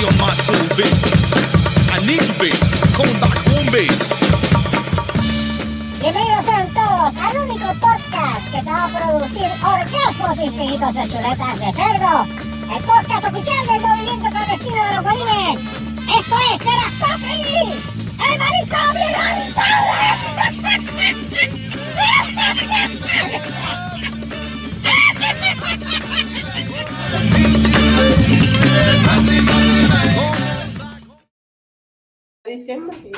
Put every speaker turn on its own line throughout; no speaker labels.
those beats. I need the beats. Come back on bass.
Bienvenidos sean todos al único podcast que te va a producir orgasmos infinitos de chuletas de cerdo. El podcast oficial del movimiento clandestino de los bolines. Esto es Serás Patri, el marico
diciembre, sí.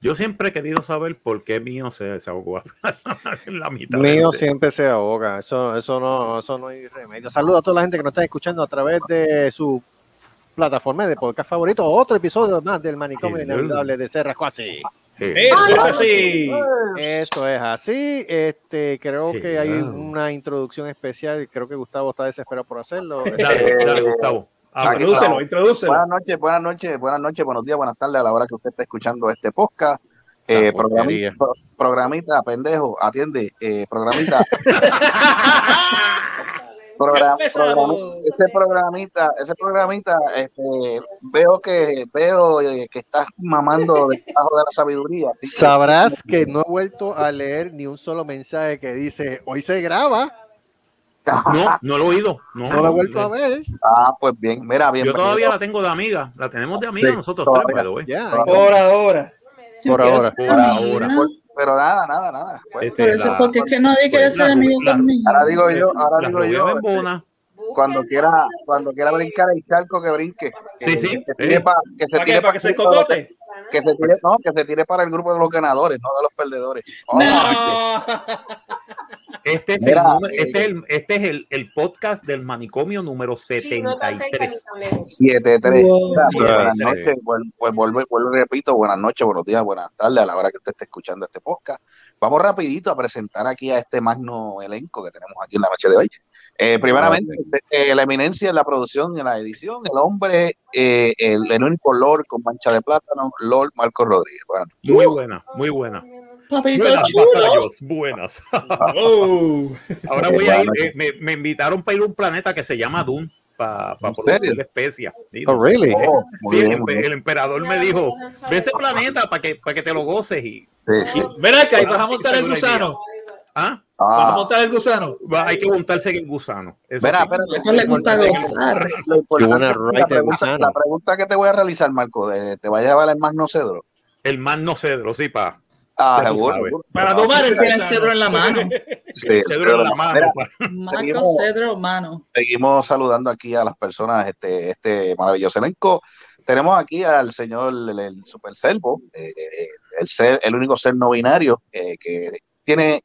Yo siempre he querido saber por qué mío se, se ahogó en la mitad.
Mío
del-
siempre se ahoga, eso, eso, no, eso no hay remedio. Saludos a toda la gente que nos está escuchando a través de su plataforma de podcast favorito. Otro episodio más del manicomio
Hello.
inevitable de Serra Cuasi.
Sí.
Eso
Ah,
es así.
Eso es así. Este, creo que hay
Hello.
una introducción especial. Creo que Gustavo está desesperado por hacerlo. Eh,
Dale, dale, Gustavo.
Ah,
Ah, Abre.
Eh, Aquí está.
Introdúcelo, introdúcelo.
Buenas noches, buenas noches, buenas noches, buenos días, buenas tardes a la hora que usted está escuchando este podcast. Eh,
Ah, porquería.
programi- pro- programita, pendejo, atiende, eh, programita. Program-
Empezamos.
programi- ese programita, ese programita, este, veo que veo eh, que estás mamando debajo de la sabiduría. así que-
Sabrás que no he vuelto a leer ni un solo mensaje que dice hoy se graba.
No, no lo he oído. No,
No lo he vuelto a ver.
Ah, pues bien, mira, bien.
Yo todavía la tengo de amiga. La tenemos de amiga
Sí,
nosotros
todavía.
tres, by the way.
Ya,
Por ahora.
por ahora.
Por ahora.
Pero nada, nada, nada. Pues,
Este,
Por eso,
la-
porque es que nadie quiere
pues,
ser
la-
amigo
la-
conmigo.
ahora digo yo, ahora
Las
digo yo.
reuniones
este,
bonas.
cuando quiera, cuando quiera brincar el charco que brinque. Eh, Que-
Sí, sí.
Que se tire
Sí.
pa- que se
¿Para
tire
qué?
pa-
¿Para que se cocote?
que se tire- no, que se tire para el grupo de los ganadores, no de los perdedores. Oh,
No.
Este es,
Mira,
el, número-
eh,
este es, el, este es el, el podcast del manicomio número
Sí, no te acercas ni
73.
tan
7-3.
lejos.
Wow.
Mira, pues,
Sí,
buenas
sí.
noches, buen- pues vuelvo, vuelvo y repito, buenas noches, buenos días, buenas tardes, a la hora que usted esté escuchando este podcast. Vamos rapidito a presentar aquí a este magno elenco que tenemos aquí en la noche de hoy. Eh, primeramente,
Ah,
Ah,
eh, la eminencia en la producción y en la edición, el hombre, eh, el, el único Lord con mancha de plátano, Lord Marco Rodríguez. Buenas
Muy buena, muy buena.
Papito
Buenas,
chulo.
vasallos, buenas.
Oh.
Ahora voy a ir,
Buenas.
eh, me, me invitaron para ir a un planeta que se llama Dune para
¿En
producir
serio?
especia. Sí,
Oh,
no sé.
really?
Oh, muy
Sí, el,
bien, muy
empe-
bien.
el emperador me dijo, ve ese planeta para que, para que te lo goces y...
Sí, sí.
Ven acá, y vas a montar el gusano.
¿Ah?
Vas
Ah,
a montar el gusano.
Va, hay que montarse en el gusano. Eso
espera,
sí.
espera.
No le gusta gozar.
Lo importante
buena
es que
raíz
la,
de
pregunta,
gusano.
la pregunta que te voy a realizar, Marco, de- ¿te va a llevar el Magno Cedro?
El magno cedro, sí, pa.
Ah,
Ya tú
seguro.
sabes.
Para tomar el
Tiene el
gusano.
cedro en la mano.
Sí,
El
sí,
cedro en la mano.
mira,
pa.
Marco
Seguimos.
cedro mano.
seguimos saludando aquí a las personas, este, este maravilloso elenco. Tenemos aquí al señor, el, el super selvo, eh, eh, el, ser, el único ser no binario eh, que tiene,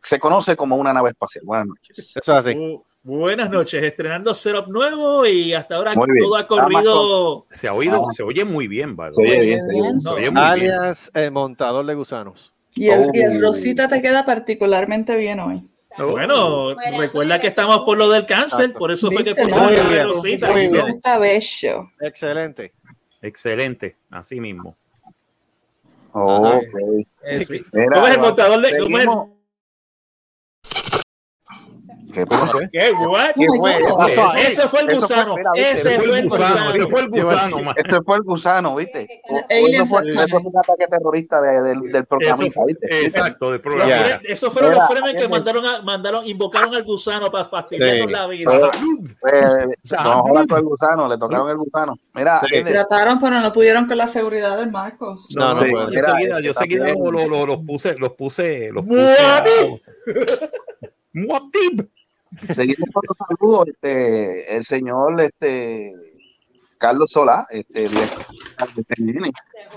se conoce como una nave espacial. Buenas noches.
Eso es así.
Bu- Buenas noches, estrenando setup nuevo y hasta ahora
Muy bien.
todo ha corrido.
Se ha oído,
Ah.
se oye muy bien, va.
Se oye bien,
Se oye muy bien.
Alias el montador de gusanos.
Y el, y el
Oh.
rosita te queda particularmente bien hoy.
Oh.
Bueno, recuerda que estamos por lo del cáncer, por eso fue que
Viste,
pusimos
muy
la
bien,
rosita.
muy bien.
Está bello.
Excelente.
Excelente, así mismo.
Ok.
Eh, sí.
Mira,
¿Cómo es el montador de.? ¿Cómo es el-
seguimos. ¿Qué pasó?
¿Qué? What?
¿Qué fue?
Eso
Eso fue-
Ese fue el
Eso fue-
gusano.
mira, viste,
Ese fue el gusano.
ese fue el gusano, man.
Eso fue el gusano, ¿viste? O-
Los
o eso
aliens
fue-
atacan.
eso fue un ataque terrorista de- del, del
Eso
programista,
fue-
¿viste?
exacto, de
Los
programa.
fre-
Ya.
Esos fueron
Mira,
los fremen que
tiene-
mandaron, a- mandaron, invocaron al gusano para fastidiarnos
Sí.
la vida.
Salud.
Eh, no,
Salud.
jodas con el gusano, le tocaron el gusano. Mira,
Sí.
Eder,
Trataron, pero no pudieron con la seguridad del Marco.
No, no,
Sí,
puede.
yo
Era
seguida,
este
yo seguida
también.
lo- lo- lo- los puse, los puse, los puse. a-
Muati.
Muati.
seguimos con los saludos. Este, el señor este, Carlos Solá, este, director de CNN.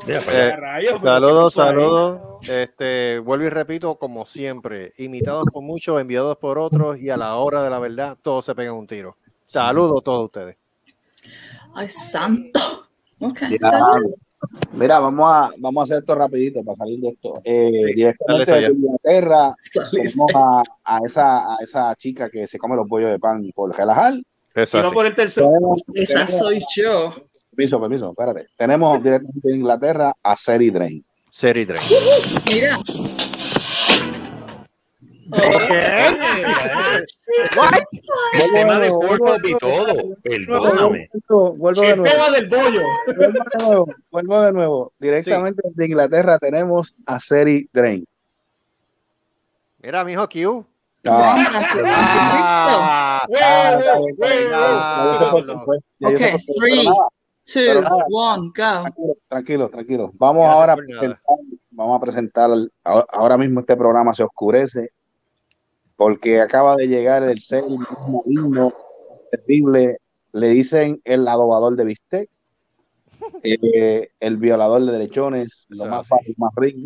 Ya, pues,
Eh,
Rayos, pero
Saludos,
¿qué pasó ahí?
saludos. Este, vuelvo y repito, como siempre, imitados por muchos, enviados por otros, y a la hora de la verdad, todos se pegan un tiro. Saludos a todos ustedes.
Ay, santo. Ok,
Ya.
salud.
Mira, vamos a, vamos a hacer esto rapidito para salir de esto. Eh,
dale,
directamente
Saya.
de Inglaterra,
Saliste.
tenemos a, a esa, a esa chica que se come los bollos de pan por relajar.
Eso
Y no por el tercero.
Tenemos-
Esa
tenemos-
soy yo.
Permiso, permiso, espérate. Tenemos directamente de Inglaterra a Seri Drain.
Serie 3.
Mira.
eh, eh, eh,
El tema de Portal y todo. Perdóname.
Vuelvo de
El
nuevo.
Seba del bollo.
Vuelvo de nuevo. Vuelvo de nuevo. Directamente de Inglaterra tenemos a Seri Drain.
Mira, mijo Q.
Ah,
Ah,
Ah,
Huevo,
está bien, está bien,
huevo.
ya, ya yo sé por qué fue, ya yo sé por qué
Ok,
fue, pero
three,
nada,
two, one, go.
tranquilo, Tranquilo, tranquilo. Vamos
Gracias
ahora a
por nada.
presentar
Vamos a presentar, al- ahora- ahora mismo este programa se oscurece porque acaba de llegar el ser maligno, terrible, le dicen el adobador de bistec, eh, el violador de lechones, lo
Eso es
más
así.
fácil, más rico,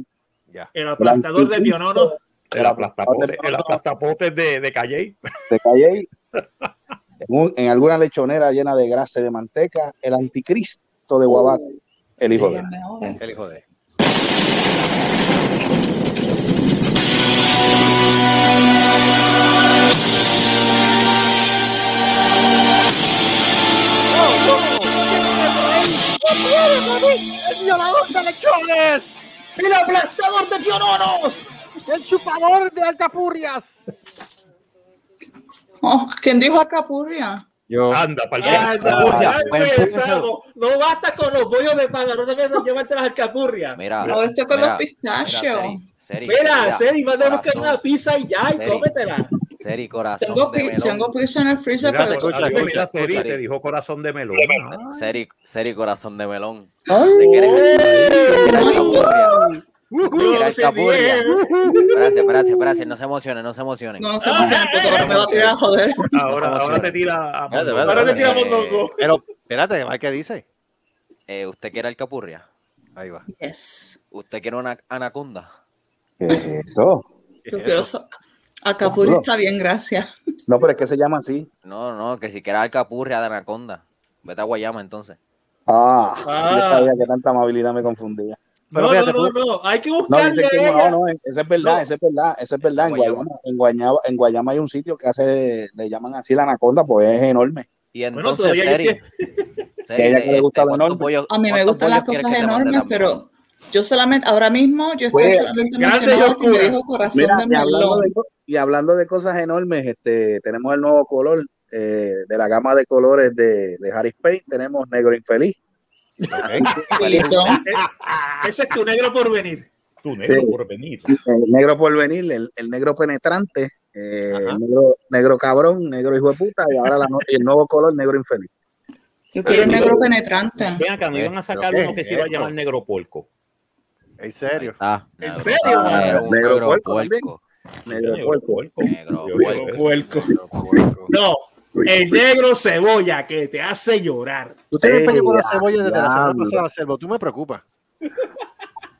Ya.
El aplastador de Pionono.
El aplastapote, el aplastapote de, de Calle.
de Calle, en, un- en alguna lechonera llena de grasa y de manteca, el anticristo de Guabate, el hijo de...
Díganme ahora.
El hijo de.
¡El aplastador de Piononos!
El chupador de altapurrias.
Oh, ¿Quién dijo Acapurria?
Yo.
Anda, para
Ah,
el
ya
buen
empezamos. No basta con los bollos de pagarón de mesa, llévate las alcapurrias.
Mira.
Ahora estoy con
mira,
los pistachios.
mira, Seri, Seri,
Mira,
mira,
Seri, más de buscar
corazón,
una pizza y ya, y
Seri.
cómetela.
Seri, corazón
Tengo,
de
pi-
melón.
tengo pizza en el freezer,
Mira,
pero
escucha,
adiós,
escucha,
mira, Seri,
escucha.
te dijo corazón de melón. Ah,
Seri, Seri, corazón de melón.
Ay.
Te quieres- te quieres alcapurria.
Yo
Mira,
sé
alcapurria.
bien.
Gracias, gracias, gracias. No se emocionen, no se emocionen.
no se emociona porque ahora me va a tirar a joder.
Ahora,
No se
ahora
emociona.
te tira a
Espérate, espérate.
Ahora te tiramos
Eh,
loco.
Pero, espérate, Mike, ¿qué dice?
Eh, ¿Usted quiere alcapurria?
Ahí va.
Yes.
¿Usted quiere una anaconda?
¿Qué es eso?
Yo quiero so- Acapurria está bien, gracias.
No, pero es que se llama así.
No, no, que si quiere alcapurria de anaconda. Vete a Guayama entonces.
Ah, yo
Ah.
sabía que tanta amabilidad me confundía.
Pero
No,
fíjate,
no, no,
tú-
no. Hay que
No,
buscarle
dicen que-
a
no,
ella.
no, eso es verdad,
No.
eso es verdad, eso es verdad. En
Guayama.
Guayama, en, Guayama, en Guayama hay un sitio que hace, le llaman así la anaconda, pues es enorme.
Y
Bueno,
entonces,
todavía yo
Seri,
que-
Seri,
Que a
Eh,
ella que le
este,
gusta lo
¿cuántos
enorme.
pollos-
A mí me
cuántos
gustan las
pollos quieres
cosas
que te mande
enormes,
también?
pero yo solamente, ahora mismo, yo estoy
Pues,
solamente
grande y
emocionada que me
oscura.
dijo corazón
Mira,
de
y, hablando
melón.
de, co- y hablando de cosas enormes, este, tenemos el nuevo color eh, de la gama de colores de, de Harris Paint, tenemos negro infeliz.
Pelitón.
Eh, Ese es tu negro por venir.
tu negro
Sí.
por venir.
el negro por venir, el, el negro penetrante, eh,
Ajá.
el negro, negro cabrón, negro hijo de puta, y ahora la no- el nuevo color, negro infeliz.
Yo quiero el negro penetrante.
Ven acá, no
Eh,
iban a sacar
¿pero qué
uno que
es
se iba a
esto?
llamar negro porco.
En serio.
Ah,
¿En
negro.
serio?
Ah, era un
Negro
negro
puerco
puerco.
Negro puerco.
Negro
Yo-
puerco.
yo-
Puerco.
Puerco.
No, el negro cebolla que te hace llorar.
Tú tienes
Ey,
pelea con la
ah,
cebolla desde la semana
diablo.
pasada, Selvo. Tú me preocupas.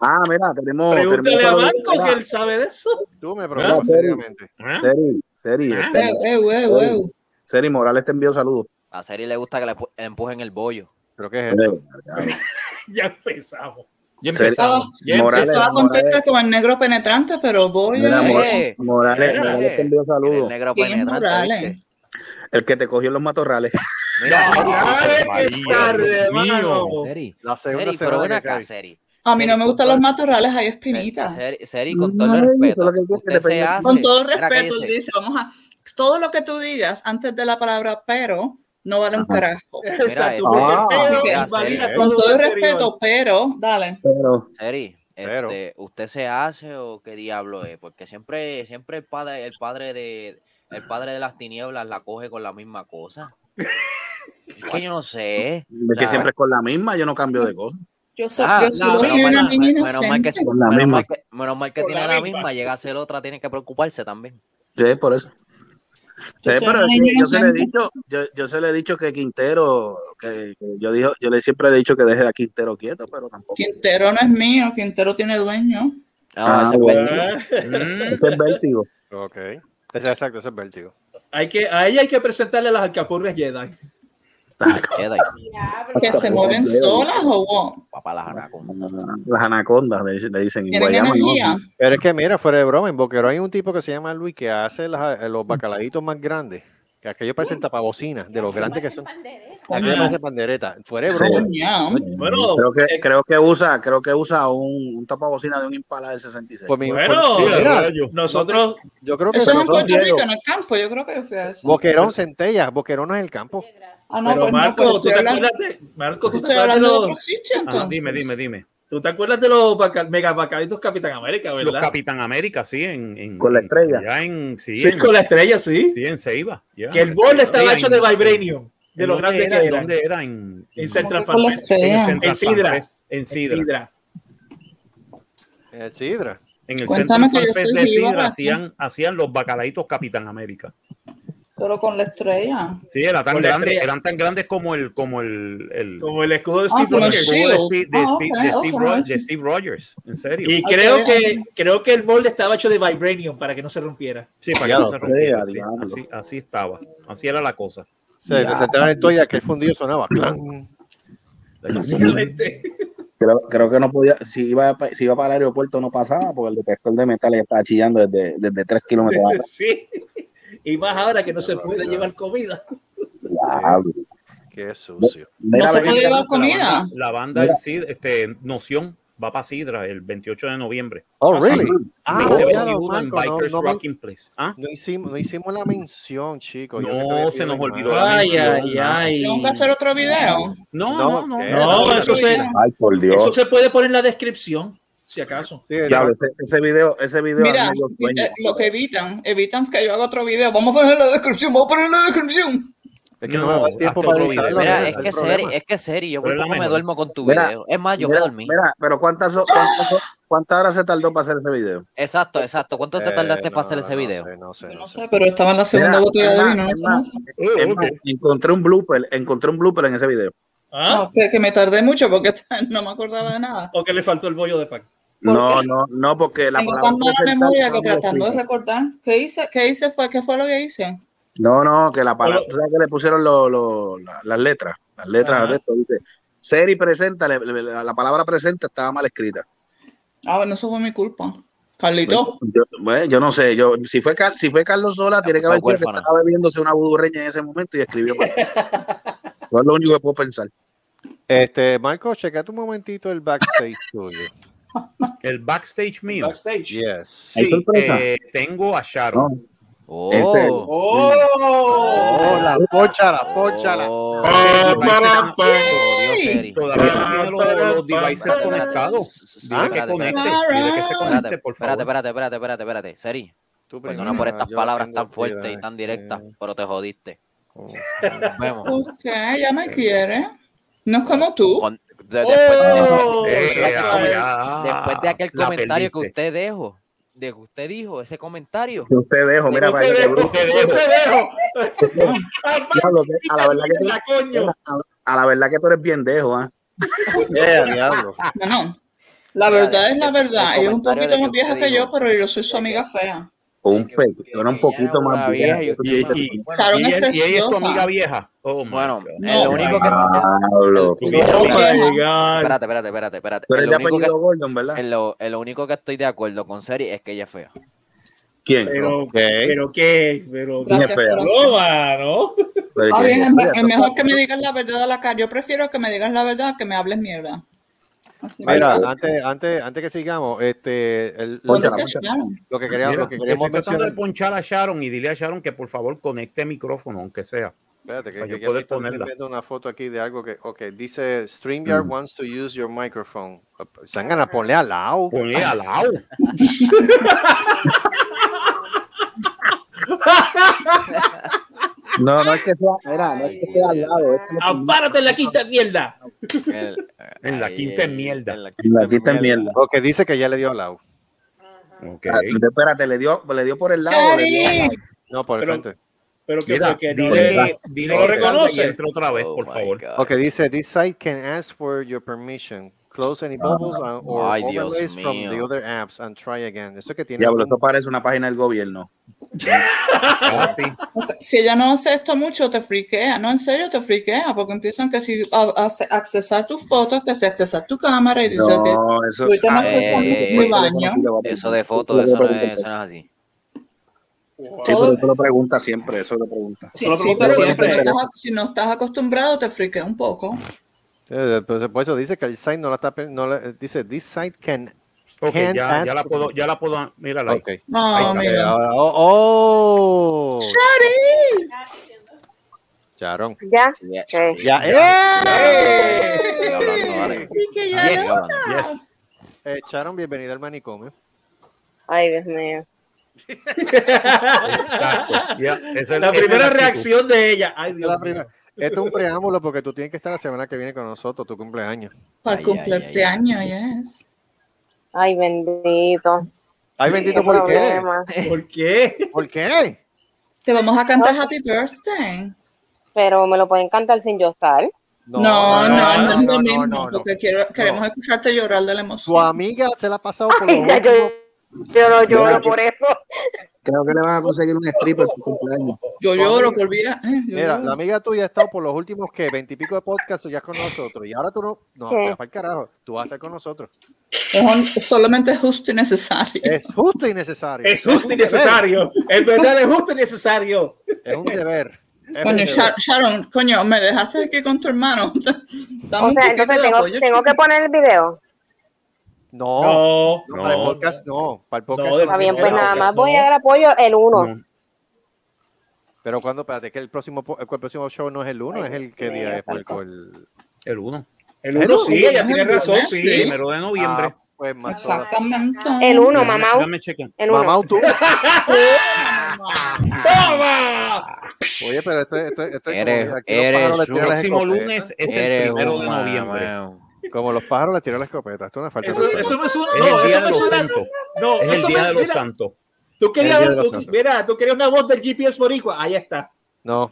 Ah, mira, tenemos.
Pregúntale a
tenemos color-
Marco que él sabe de eso.
Tú
¿Ah?
me preocupas,
serio.
seriamente.
¿Ah?
Seri, Seri,
Ah.
este,
Eh, eh, eh, eh.
Seri Morales te envió saludos.
A Seri le gusta que le pu- le empujen el bollo.
¿Pero qué es esto?
Morales,
Ya empezamos.
Ya
Seri-
empezamos. Ya
Morales,
Estaba contenta
Morales,
con el negro penetrante, pero voy
mira,
a...
amor.
Mor- Morales,
Eh.
Morales te envió
El
saludos.
negro
¿Quién es
penetrante.
Morales?
¿viste?
El que te cogió en los matorrales.
Mira, Seri,
Ay, qué
María,
tarde,
Dios
mano.
Seri,
La segunda
Seri, pero ven
semana que
acá,
cae.
Seri.
A mí
Seri,
no me
con
gustan
todo-
los matorrales, hay espinitas.
Seri, Seri, con todo
No,
el
eso es lo
respeto.
que quiero que te
Usted se
pegue.
hace.
Con todo el
Mira,
respeto, él
cállese.
dice, vamos a... Todo lo que tú digas antes de la palabra pero no vale un carajo.
Exacto.
Ah,
porque
mira, este,
el pedo invalida
Seri.
todo
Con
lo
todo el
anterior.
respeto, pero dale.
Pero,
Seri,
Pero-
este, ¿usted se hace o qué diablo es? Porque siempre, siempre el padre, el padre de, el padre de las tinieblas la coge con la misma cosa. Es que yo no sé.
de que
Ya.
siempre es con la misma, yo no cambio de cosa.
Yo soy,
Ah,
yo solo
no,
soy
menos
una
mal-
niña
menos mal que
inocente.
sí,
Con la
menos
misma.
mal que- menos mal que
Con
tiene
la
la
misma.
misma, llega a ser otra, tiene que preocuparse también.
Sí, por eso.
Yo
Sí,
soy
pero
una
es que
niña
yo se le he
inocente.
dicho, yo, yo se le he dicho que Quintero, que, que yo dijo, yo le siempre he dicho que deje a Quintero quieto, pero tampoco.
Quintero no es mío, Quintero tiene dueño.
No,
Ah,
ese es
bueno.
vértigo.
Eso es vértigo.
Ok. Ese- Exacto, ese es vértigo.
Hay que, a ella hay que presentarle las alcapurrias Jedi.
Queda ahí,
Que se mueven solas o what?
papá, las anacondas.
Las anacondas le dicen, le dicen en
Tienen
Guayama, ¿no?
energía.
Pero es que mira, fuera de broma, en Boquerón hay un tipo que eh, se llama Luis que hace las- los bacaladitos más grandes. Que aquello presenta pavocinas de los grandes que son. ¿A qué le parece pandereta? Tú eres
Sí.
broma.
Ñam.
Bueno,
creo que
eh,
creo que usa creo que usa un, un tapabocina de un Impala del 66
Pues
Por mi-
Bueno,
por- mira,
nosotros,
yo creo que
Eso es en
nosotros,
Puerto
Diego,
Rico, en el campo. Yo creo que yo fui a eso.
Boquerón, centella, Boquerón no es el campo.
Ah, no,
pero
pues no,
Marco,
pues
tú
estoy
te
hablando,
acuerdas de, Marco, tú te
Pues estoy
acuerdas de
hablando de otro
los, Ah,
sitio, entonces.
Ajá, dime, dime, dime.
tú te acuerdas de los vaca- megapacaditos Capitán América,
Los
¿verdad?
Capitán América, sí, en, en-
Con la estrella.
allá en, sí,
Sí,
en,
con la estrella, sí.
sí, en Ceiba. ya.
Que el borde
Estrella
estaba hecho
en-
de vibranium, de lo
¿en dónde
grande que
era? ¿En
era.
¿Dónde era? En,
En
en-
Central
Con la
Park.
estrella.
en Central
En Sidra.
Park, En Sidra.
Sidra.
El Sidra.
En el
Cuéntame
Central
que yo
Park
soy
de
jíbara,
Sidra
¿sí?
hacían, hacían los bacalaitos Capitán América.
Pero con la estrella.
Sí, era tan
Con la
grande,
estrella.
eran tan grandes como el, como el, el-
Como el escudo de
Ah,
Steve
con el
el
Rogers.
escudo de
Shield.
Steve- de
Ah,
Steve- de
ok,
Steve
ok.
Ro- de Steve Rogers, en serio.
Y
Ok,
creo
ok.
que creo que el molde estaba hecho de vibranium para que no se rompiera.
Sí, para que
Ya lo
no se
sé,
rompiera, sí,
diablo.
así, así estaba, así era la cosa.
Se, se sentaban en toalla que el fundido sonaba. ¡Clan!
Básicamente.
creo, creo que no podía si iba pa- si iba para el aeropuerto no pasaba porque el detector de metales estaba chillando desde, desde 3 kilómetros atrás.
Sí. Y más ahora que no se puede llevar comida.
Diablo.
Qué sucio.
Mira,
No se
ven
puede
acá.
llevar comida.
La banda en Sid- este, Noción va para Sidra el 28 de noviembre.
Oh, really? Ah,
2021
ya,
en
Marco, no-
Bikers
no me-
Rocking Place. ¿Ah?
No hicimos, no hicimos la mención, chicos. Yo
No,
sé que había
se nos
ido mal.
olvidó.
Ay, ay, ay.
Tengo que hacer otro video.
No,
No,
no, no.
¿qué?
No, eso se-
Ay, por Dios.
Eso se puede poner en la descripción, si acaso.
Sí,
Diablo, ese, ese video, ese video a
Mira,
mí yo sueño.
eh, lo que evitan, evitan que yo haga otro video. Vamos a poner en la descripción, vamos a poner en la descripción.
Es que
No,
no, me va a dar tiempo
hasta
para
otro video.
editarlo.
no,
ese
Mira,
no,
es
el
que
problema.
Seri, es que Seri, yo
Pero
por
es la
poco me
mejor.
duermo con tu
Mira,
video. Es más, yo me
Mira,
dormí.
mira, pero cuántas, ho- cuántas ho- cuántas horas se tardó para hacer ese video?
Exacto, exacto. ¿Cuánto te
Eh,
tardaste para
no,
hacer ese
no
video?
sé, no sé,
Yo
no
no
sé.
sé, pero estaba en la segunda
Mira,
botella de
es más,
vino.
es
eso no
más,
sé.
es más, encontré un blooper, encontré un blooper en ese video.
¿Ah?
No, que, que me tardé mucho porque no me acordaba de nada.
O que le faltó el bollo de pan.
¿Por
No,
qué?
no, no, porque la
Tengo
palabra
tan mala
presentar
memoria que
no lo
tratando de
explica.
recordar. ¿Qué hice? ¿Qué hice fue? ¿Qué fue lo que hice?
No, no, que la palabra, o sea, que le pusieron lo- lo- la- las letras, las letras
Ajá.
de esto, dice, Seri presenta, le- le- la, la palabra presenta estaba mal escrita.
Ah, bueno, eso fue mi culpa. Carlito.
Yo, bueno, yo no sé, yo, si fue, Car- si fue Carlos Sola, tiene que haber
pues,
sido que
huérfana.
estaba bebiéndose una budurreña en ese momento y escribió mal. Eso es lo único que puedo pensar.
Este, Marco, checate un momentito el backstage tuyo.
El backstage mío.
Backstage.
Yes.
Hay
Sí.
sorpresa.
eh, tengo a
No,
Sharon.
Oh.
En serio.
¡Oh!
Oh, la pocha, la pocha, la.
Oh.
Eh,
Por Dios, Seri.
Todavía no tiene los, los devices
Espérate, espérate,
conectados.
espérate,
Dile que
espérate,
conecte,
espérate,
dile que se
espérate,
conecte, por
Espérate,
favor.
espérate, espérate, espérate, espérate. Seri,
Tú
perdona
primero,
por estas
yo
palabras
haciendo
tan fuertes y
actividades.
tan directas,
Eh,
pero te jodiste.
oh.
Nos vemos.
Ok, ya me quiere. No es como tú.
Con- de- después,
Oh,
de, después de
Eh,
aquel
ah,
comentario-
ah,
después de aquel
la
comentario que
perdiste.
usted dejó, de que usted dijo, ese comentario.
Que usted dejo, mira,
¡No
para
te
que te
dejo! ¡No
brujo.
te dejo!
Diablo, que a la verdad que tú-
La coño!
A la verdad que tú eres bien dejo, ¿ah?
Yeah, diablo.
Bueno, la
Mira,
verdad
de-
es la
de- del
verdad. Ella es un
comentario
poquito
de
más
que
vieja
usted
que yo,
dijo.
pero yo soy su amiga fea.
Un
que-
pecho,
que-
yo era un
que ella era
poquito
una
más
vieja
viejo.
y usted
Y-
más-
y-
bueno,
Claro,
Y,
es
él- y ella es tu
preciosa.
amiga vieja. Oh, my
Bueno,
God.
No,
lo único que.
Diablo.
Tu
Tú
vieja
No,
Oh my
vieja.
God.
Espérate, espérate, espérate, espérate.
eres
En
de
lo, único
apellido
que,
Gordon, ¿verdad?
en lo- en lo único que estoy de acuerdo con Seri es que ella es fea.
¿Quién?
Pero,
Ok.
pero qué, pero qué
Gracias,
fea.
corazón.
broma,
Eh,
¿no?
Pero
Ah,
que-
bien, es, me-
Mira,
es mejor que me digas la verdad a la cara. Yo prefiero que me digas la verdad que me hables mierda. Así me
Mira,
gusta.
antes, antes, antes que sigamos, este, el-
¿Dónde
lo,
Pónchala,
está
pónchala.
Sharon?
lo que queríamos, lo que
Estoy
queríamos
tratando de
mencionar.
ponchar a Sharon y dile a Sharon que por favor conecte micrófono, aunque sea.
Espérate, que,
Para
que,
yo
que
poder
aquí estoy
ponerla. Mm.
viendo una foto aquí de algo que, ok, dice StreamYard wants to use your microphone. Sangana, ponle al lado.
Ponle al lado.
No, no es que sea, mira, no es que sea al lado. Es que no-
¡Ampárate en la quinta mierda!
El-
En la
ahí,
quinta
eh,
mierda.
en la-
Aquí está en mierda.
Ok, dice que ya le dio al lado.
Ok.
Ah, Espérate, le dio, le dio por el lado. le dio al
¡Cari!
lado.
No, por el
Pero-
frente.
Pero que
Mira,
fue que no
dile,
le...
que- dile
no
que
lo
salga
reconoce.
y entre otra vez,
Oh
por
my
favor.
God.
Ok, dice, this site can ask for your permission. Close any bubbles
Ah.
and- or
Ay, Dios
overlays from the
mío.
other apps and try again. Eso que tiene.
Diablo,
como-
esto parece una página del gobierno.
Ah, sí.
Ok, Si ella no hace esto mucho, te friquea. No, en serio, te friquea, porque empiezan que si a- a- a- accesar tus fotos, que si accesar tu cámara, y dice que
No, eso
ahorita no
ah, eh,
accesamos
eh,
mi baño.
Eso de fotos, eso no es, eso no es así.
Sí, pero eso lo pregunta siempre, eso lo pregunta.
Sí,
Eso lo
sí,
pregunta
pero si
siempre.
no, estás, si no estás acostumbrado, te friquea un poco.
Eh, pues, Por eso dice que el site no la está. pe- No la- eh, dice, this site can.
Ok,
can't
ya,
ask
ya la
for-"
puedo, ya la puedo, mírala. ahí.
Ok.
Ahí
No,
está,
Eh,
mira.
ahora- ¡Oh!
¡Shari!
Charon.
Ya.
Ya,
Ok.
Ya.
estoy hablando, dale.
Sí, que ya
Estoy
lo-
hablando.
Yes.
Eh, Charon, bienvenido al manicomio.
Ay, Dios mío.
Exacto. Ya, esa es-
La
esa es
primera
actitud.
reacción de ella. Ay,
Esta es
Dios
la
mío.
primera. Esto es un preámbulo porque tú tienes que estar la semana que viene con nosotros, tu cumpleaños.
Para
Ay,
cumplir
ay,
este
ay,
año, yes.
Ay, bendito.
Ay, bendito, ¿por qué?
problema.
¿Por qué?
¿Por qué?
Te vamos a cantar Happy Birthday.
Pero me lo pueden cantar sin yo estar.
No, no, no,
no,
es lo
no,
mismo,
no, no.
porque quiero- queremos escucharte llorar de la
Su
emoción.
amiga se la ha pasado por
Ay,
los
ya yo,
últimos-
yo no
lloro
lloro
por
por eso.
Creo que le van a conseguir un stripper por cumpleaños.
Yo lloro, por vida. eh, yo
Mira,
lloro.
la amiga tuya ha estado por los últimos que veintipico de podcasts ya con nosotros. Y ahora tú no, no,
¿Qué?
para el carajo, tú vas a estar con nosotros.
Es un- solamente justo y necesario.
Es justo y necesario.
Es justo y
un deber,
necesario. Es verdad, es justo y necesario.
Es un deber. Es un
Coño,
deber.
Sha- Sharon, coño, me dejaste aquí con tu hermano. Dame
O
un
sea,
poquito
entonces
de
tengo,
apoyo,
tengo que
chico.
poner el video.
No,
No.
no, para el
No.
podcast no. Para el podcast
No,
solamente
Está bien,
No,
pues
no,
nada
no.
más voy a dar apoyo el 1.
No.
Pero cuando, espérate, que el próximo, po- el próximo show no es el uno, es el que día es Por- por el
El 1.
El uno sí,
Pero-
ella tiene razón,
Sí.
sí.
Primero de noviembre.
Ah, pues más todo.
Exactamente.
El 1,
Déjame-
mamá.
déjame chequear.
El 1.
Mamau, tú.
¡Toma!
Oye, pero esto, esto, esto es
Eres-
como, aquí
eres
los pájaros le
El
tiran las
próximo
escopetas.
lunes es el
Eres
primero
un
de noviembre.
mameo.
Como los pájaros le tiran la escopeta. Esto es una falta
Eso,
de
eso me suena.
Es
No,
el día
eso
de
me
los
suena.
santos.
No,
Es
eso
el día de
me
los
mira,
santos.
Tú
El día
querías,
de los
tú-
santos.
mira, tú querías una voz del GPS boricua. Ahí está.
No, no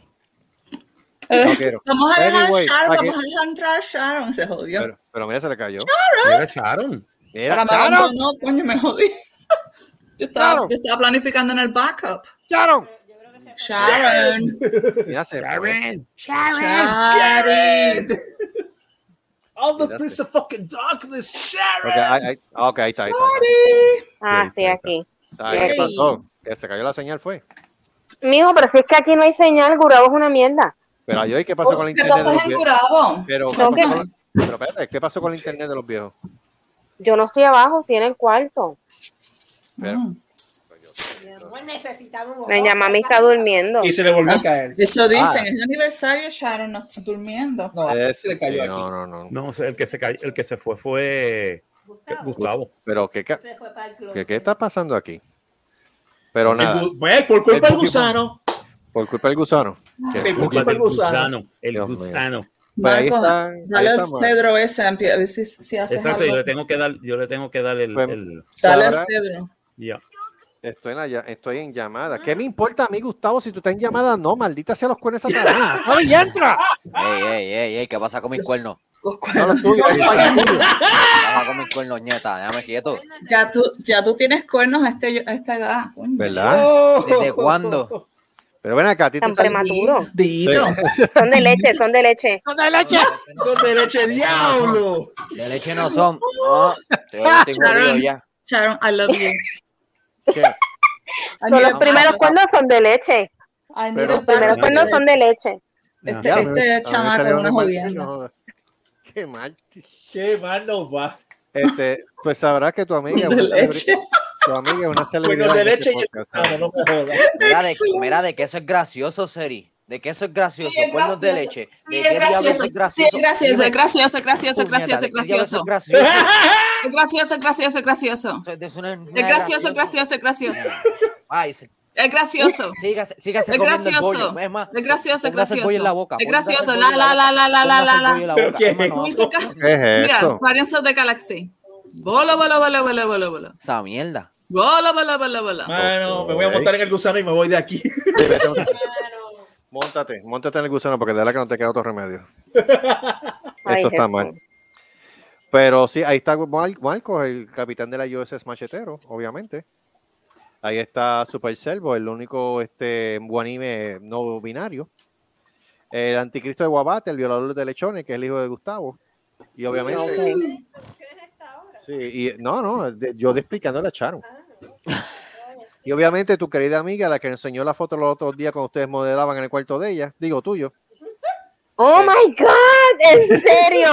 Eh,
quiero.
Vamos a dejar
Anyway,
Sharon,
aquí-
vamos a dejar entrar a Sharon, se jodió.
Pero, pero mira, se le cayó.
Mira, Sharon.
Mira,
Ahora me
Sharon,
abandonó, coño, me jodí. Yo estaba,
Sharon.
yo estaba planificando en el backup.
Sharon.
Sharon,
Mira, se fue.
Sharon.
All the
Miraste.
piece of fucking darkness,
Ok,
Sharon.
ahí, ahí- ah, ok, ahí está, ahí está.
Ah,
Ahí
sí,
está.
aquí.
Ahí está. ¿Qué
Yay.
pasó? Que se cayó la señal, fue.
Mijo, pero si es que aquí no hay señal, Gurabo es una mierda.
Pero ahí, oye, ¿qué pasó con la
Oh, ¿Qué
internet de
pasas
los
en
viejos?
Gurabo?
Pero, ¿qué
No, que-
pasó con- pero espérate, ¿qué pasó con la internet de los viejos?
Yo no estoy abajo, estoy en el cuarto.
Pero-
Mm.
Pues
Me llama, mí está durmiendo. Ah.
Y se le volvió a caer.
Eso dicen,
Ah.
es aniversario, Sharon, no está durmiendo.
No,
Eh,
Ah,
Es-
se le cayó
sí,
aquí.
no, no, no.
No, el que se cayó- el que se fue fue Gustavo.
Pero, ¿qué, ca- qué, qué está pasando aquí? Pero
El
nada,
gu- pues, por culpa
El
del gusano.
por culpa del gusano. Que-
Sí, por
Culpa
culpa
del
del gusano.
gusano. El
Dios mío.
gusano.
Pues ahí
Marcos,
está, ahí
dale el
estamos.
cedro ese, empie- a ver si, si haces
Exacto, yo
algo.
le tengo que dar, yo le tengo que dar el,
Pues-
el-
Dale el
Sara,
cedro.
ya.
Estoy en, la lla- estoy en llamada. ¿Qué me importa a mí, Gustavo, si tú estás en llamada? No, maldita sea los cuernos satanás. ¡Ay, entra!
Ey, ey, ey, ey, ¿qué pasa con mis cuernos?
Los
No,
cuernos.
los tuyos.
¿Qué pasa con mis cuernos, nieta? Déjame quieto.
Ya tú, ya tú tienes cuernos a, este, a esta edad. coño.
¿Verdad?
¿Desde cuándo?
Pero ven acá, a ti te
Tan
sale-
prematuro.
Dito.
Son de leche, son de leche.
Con derecho diablo.
De leche no son. No, te- estoy jodido ya.
Sharon, I love you.
¿Qué?
I
Son
need
los
a-
primeros cuernos son de leche.
I need
Pero-
a
Los primeros
backup.
cuernos son de leche.
Este,
Ya, a mí me- a mí
este
me
chamaco es
salieron
una
de mal,
jodienda.
no jodas. Qué mal.
Qué mal nos va.
Este, pues sabrás que tu amiga es
De
una
leche.
celebridad. Tu amiga es una celebridad.
Bueno, de
en
leche
este
y
podcast,
Ah,
¿sabes?
no me jodas.
Mira de, mira de que eso es gracioso, Seri. De que eso es gracioso.
Sí, es
cuernos de
gracioso.
leche.
Sí,
¿De
es
qué diablos
gracioso.
es
Sí, es gracioso, es
Dime,
gracioso, es gracioso, es
puñeta,
gracioso,
¿de
es
qué diablos
gracioso.
Es gracioso.
Es gracioso, es gracioso, es gracioso.
Eso Es una- una
Es gracioso, es gracioso, es gracioso.
Ay, se-
Es gracioso.
sígase, sígase
Es
comiendo el
gracioso.
bollo. Es más,
Es gracioso, es
Póngase el bollo en la
gracioso.
boca,
Es
póngase el
gracioso.
bollo
La,
en
la,
la
la, la, la, la, la, la.
¿Pero qué?
la.
¿Qué es
Mira,
eso?
varianzas de Galaxy. Bolo, bolo, bolo, bolo, bolo, bolo.
Esa mierda.
Bolo, bolo, bolo, bolo.
Mano, me voy a
Ok.
montar en el gusano y me voy de aquí.
Móntate, móntate en el gusano porque de verdad que no te queda otro remedio.
Ay,
Esto está
Jesús.
mal. Pero sí, ahí está Mar- Marcos, el capitán de la USS Machetero, obviamente. Ahí está Super Servo, el único este, guanime no binario. El anticristo de Guabate, el violador de lechones, que es el hijo de Gustavo. Y obviamente.
Ok.
Sí, y, no, no, de- yo de explicándole a Charo. Y obviamente tu querida amiga, la que enseñó la foto los otros días cuando ustedes modelaban en el cuarto de ella, digo tuyo.
Oh my God, en serio.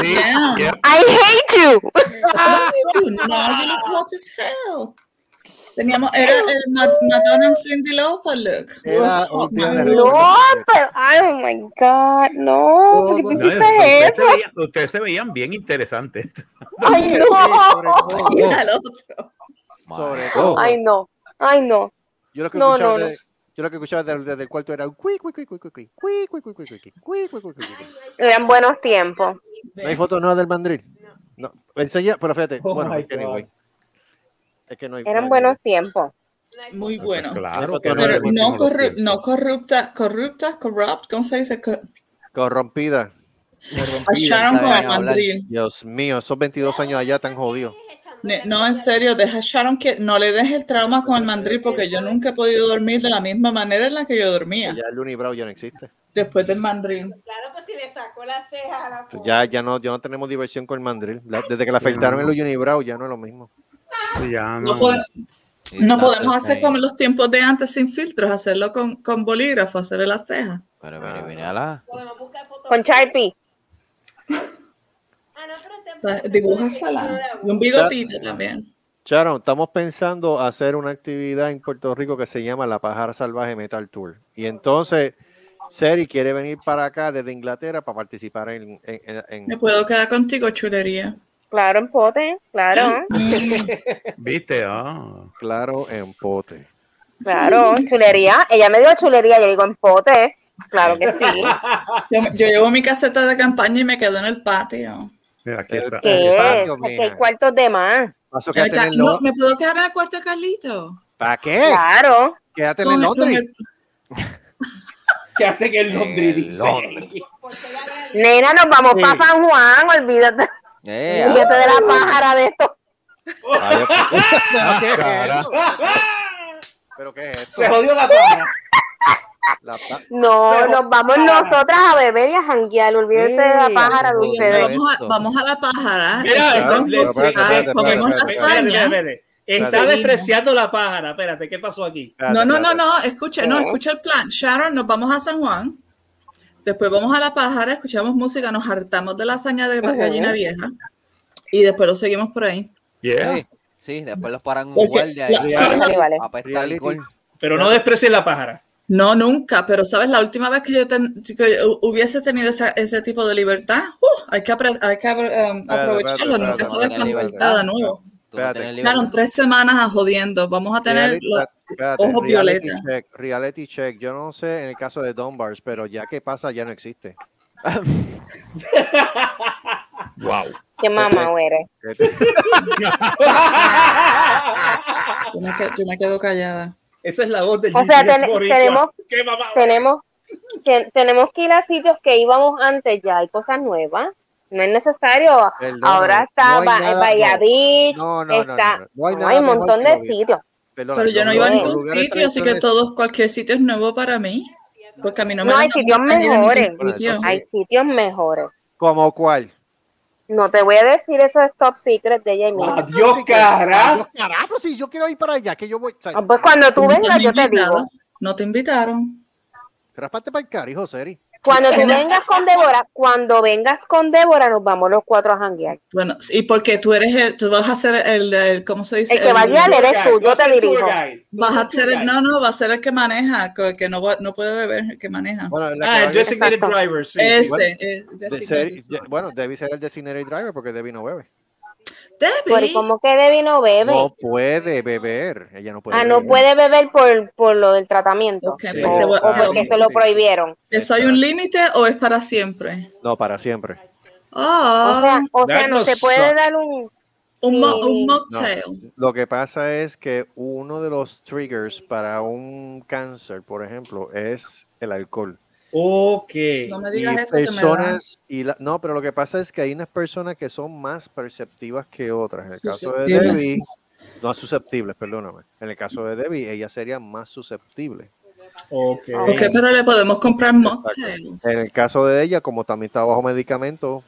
I hate you.
No, you look hot as hell. Teníamos, era el Ma- Madonna and Cindy Lauper look.
Era
Oh,
un día
my
de
Lord.
No, pero, ay, oh my God,
Oh,
no, ¿por qué tú
No,
hiciste
ustedes, se
eso?
veían, ustedes se veían bien interesantes.
Ay,
Sobre
no.
todo,
Al otro.
sobre todo.
Ay, no, ay, no.
Yo lo que
No,
escuchaba,
no, no.
de- yo lo que escuchaba del- desde el cuarto era un cuí, cuí, cuí, cuí, cuí, cuí, cuí, cuí, cuí, cuí, cuí, cuí, cuí, cuí, cuí, cuí, cuí.
Eran buenos tiempos.
No hay foto nueva del mandril. No, enseña, pero fíjate,
Oh
bueno,
my
es que anyway. Es que no hay. no
Eran
hay-
buenos tiempos.
Muy bueno.
Claro,
Pero
Pero
no,
no, corru-
corrupto.
no corrupta, corrupta, corrupt, ¿cómo se dice? Co-
Corrompida.
A Sharon
saben
con el
hablar.
mandril.
Dios mío, esos 22 años allá tan jodidos.
Ne- No, en serio, deja a Sharon que no le dejes el trauma con el mandril porque yo nunca he podido dormir de la misma manera en la que yo dormía
Ya el Unibrow ya no existe.
después del
Mm.
mandril.
Claro, pues si le sacó la ceja a la
Pues Ya, ya no, ya no tenemos diversión con el mandril. La- Desde que la afectaron el Unibrow ya no es lo mismo.
Ya
No,
no.
pod- no
That's
podemos
the
hacer
thing.
como en los tiempos de antes sin filtros, hacerlo con, con bolígrafo, hacerle las cejas.
Pero
Ah,
mire, mírala.
Podemos buscar fotos.
Con Sharpie.
Ah, no, pero usted-
Dibuja salada y un bigotito también.
Sharon, estamos pensando hacer una actividad en Puerto Rico que se llama la Pajara Salvaje Metal Tour. Y entonces, Seri quiere venir para acá desde Inglaterra para participar en... en- en- en-
Me puedo quedar contigo, chulería. Mm.
Claro, en pote, claro,
¿Viste? Ah.
claro, en pote.
claro, chulería. Ella me dio chulería, yo digo en pote, claro que sí.
Yo, yo llevo mi caseta de campaña y me quedo en el patio.
Mira, aquí
El-
está.
¿Qué es?
patio,
Porque
mija.
hay cuartos de más.
Paso,
En el
quédate en
ca-
el
no,
Lo-
¿Me puedo quedar en el cuarto de Carlito?
¿Para qué?
Claro.
Quédate en el
Con- con
Londres.
el-
Quédate que el nombre
El
dice.
nombre.
Nena, nos vamos
Sí.
para San Juan, olvídate,
Eh, ah,
olvídate de la pájara de esto.
Ay, ¿Pero qué es esto? ¿Pero qué es esto?
Se jodió la cara.
La pa-
No,
Se-
nos vamos nosotras a beber y a janguear, olvídate de la
Sí,
pájara de
no, no,
ustedes.
Vamos a,
Esto.
vamos a la pájara.
Mira,
Claro,
le-
pero espérate,
ah,
espérate,
comemos
espérate, espérate.
lasaña.
Espérate, espérate, espérate. Está
Lasaña.
despreciando la pájara. Espérate, ¿qué pasó aquí?
No, no, no,
Espérate,
no, escucha, no, escucha el plan. Sharon, nos vamos a San Juan. Después vamos a La Pájara, escuchamos música, nos hartamos de la hazaña de
Ujú.
gallina vieja. Y después lo seguimos por ahí.
Yeah.
sí, sí, después los paran un
Porque
guardia ahí.
la- sí,
Vale, vale.
Apesta
Reality.
licor.
Pero no desprecies la pájara.
No, nunca, pero sabes, la última vez que yo ten- que hu- hubiese tenido esa- ese tipo de libertad, ¡uh! hay que, apre- hay que apre- um,
espérate,
aprovecharlo,
espérate,
nunca
espérate,
sabes
espérate,
cuándo
espérate.
está de nuevo.
Tú no
Espérate.
tienes libertad.
Claro, tres semanas a jodiendo, vamos a tener...
Reality,
la-
espérate,
ojos
reality
violeta.
check, reality check. Yo no sé en el caso de Donbars, pero ya que pasa, ya no existe.
Wow.
Qué mamá eres.
Yo me, qued- yo me quedo callada.
Esa es la voz del
O sea,
GPS
ten-
boricua.
tenemos-
¿Qué mamá?
Tenemos, te- tenemos que ir a sitios que íbamos antes ya, hay cosas nuevas. No es necesario.
Perdóname,
Ahora
no
está
hay
Ba-
nada-
Bahía Beach,
No, no, no, no,
está...
no, no hay
no,
nada
hay un
mejor
montón
que
de
lo viejo.
sitios.
Perdóname,
Pero yo no iba a
no,
ningún
lugares
sitio, así que
tradicionales-
todo, cualquier sitio es nuevo para mí. Porque a mí no me
No, hay
gusta
sitios
mucho ir a ningún
mejores.
sitio.
Sí.
Hay sitios mejores.
¿Como cuál?
Ah,
No te voy a decir esos top secrets de Jamie.
Adiós, carajo.
Dios, carajo, si yo quiero ir para allá, que yo voy. O sea,
pues cuando tú
No
vengas, yo te
invitaron,
digo.
No te invitaron.
raspate para el carijo, Seri.
Cuando tú vengas con Débora, cuando vengas con Débora, nos vamos los cuatro a janguear.
Bueno, y porque tú eres el, tú vas a ser el, el- ¿cómo se dice?
El que va a guiar
el-
eres tú, yo te dirijo.
vas a ser el, no, no, va a ser el que maneja, que- el que no, va- no puede beber, el que maneja.
Bueno, la que
Ah,
va a-
el designated
Exacto.
driver, sí.
Ese,
bueno.
eh,
de
designated
Seri-
driver.
de- bueno, Debbie será el designated driver porque Debbie no bebe.
Pero
Debbie,
como que Debbie no bebe.
No puede beber. Ella no puede
ah, no
beber.
puede beber por, por lo del tratamiento.
Ok, pues
Pues, eh, Sí.
te
O,
voy-
o
Ah,
te voy-
porque se lo
sí.
prohibieron.
¿Eso hay un límite o es para siempre?
No, para siempre.
Oh,
O sea, o sea,
that
no
must
se puede
suck.
dar un.
un, mo-
sí.
un mocktail.
Lo que pasa es que uno de los triggers para un cáncer, por ejemplo, es el alcohol.
Ok.
No me
Y
digas eso que me da.
personas, y la- no, pero lo que pasa es que hay unas personas que son más perceptivas que otras. En el caso de
Susceptibles.
Debbie, no susceptibles, perdóname. En el caso de Debbie, ella sería más susceptible.
Ok.
Ok, pero le podemos comprar mocktails.
En el caso de ella, como también está bajo medicamento,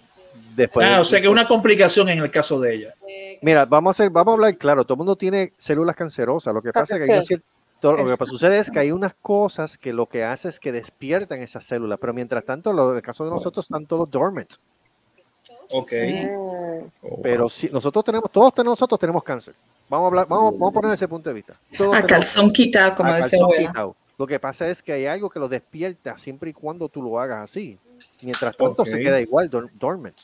después.
Ah, o sea que es una complicación en el caso de ella.
Mira, vamos a, hacer- vamos a hablar claro. Todo el mundo tiene células cancerosas. Lo que pasa es que hay una
Sí.
cier- todo lo que
Exacto.
sucede es que hay unas cosas que lo que hace es que despiertan esas células, pero mientras tanto, lo, en el caso de nosotros están todos dormant.
Ok.
Sí. Pero si nosotros tenemos, todos ten- nosotros tenemos cáncer. Vamos a hablar, vamos, vamos a poner ese punto de vista. Todos
A
tenemos-
calzón quitado, como
a
decía
calzón
abuela.
quitado. Lo que pasa es que hay algo que lo despierta siempre y cuando tú lo hagas así. Mientras tanto
Ok.
se queda igual, dor- dormant.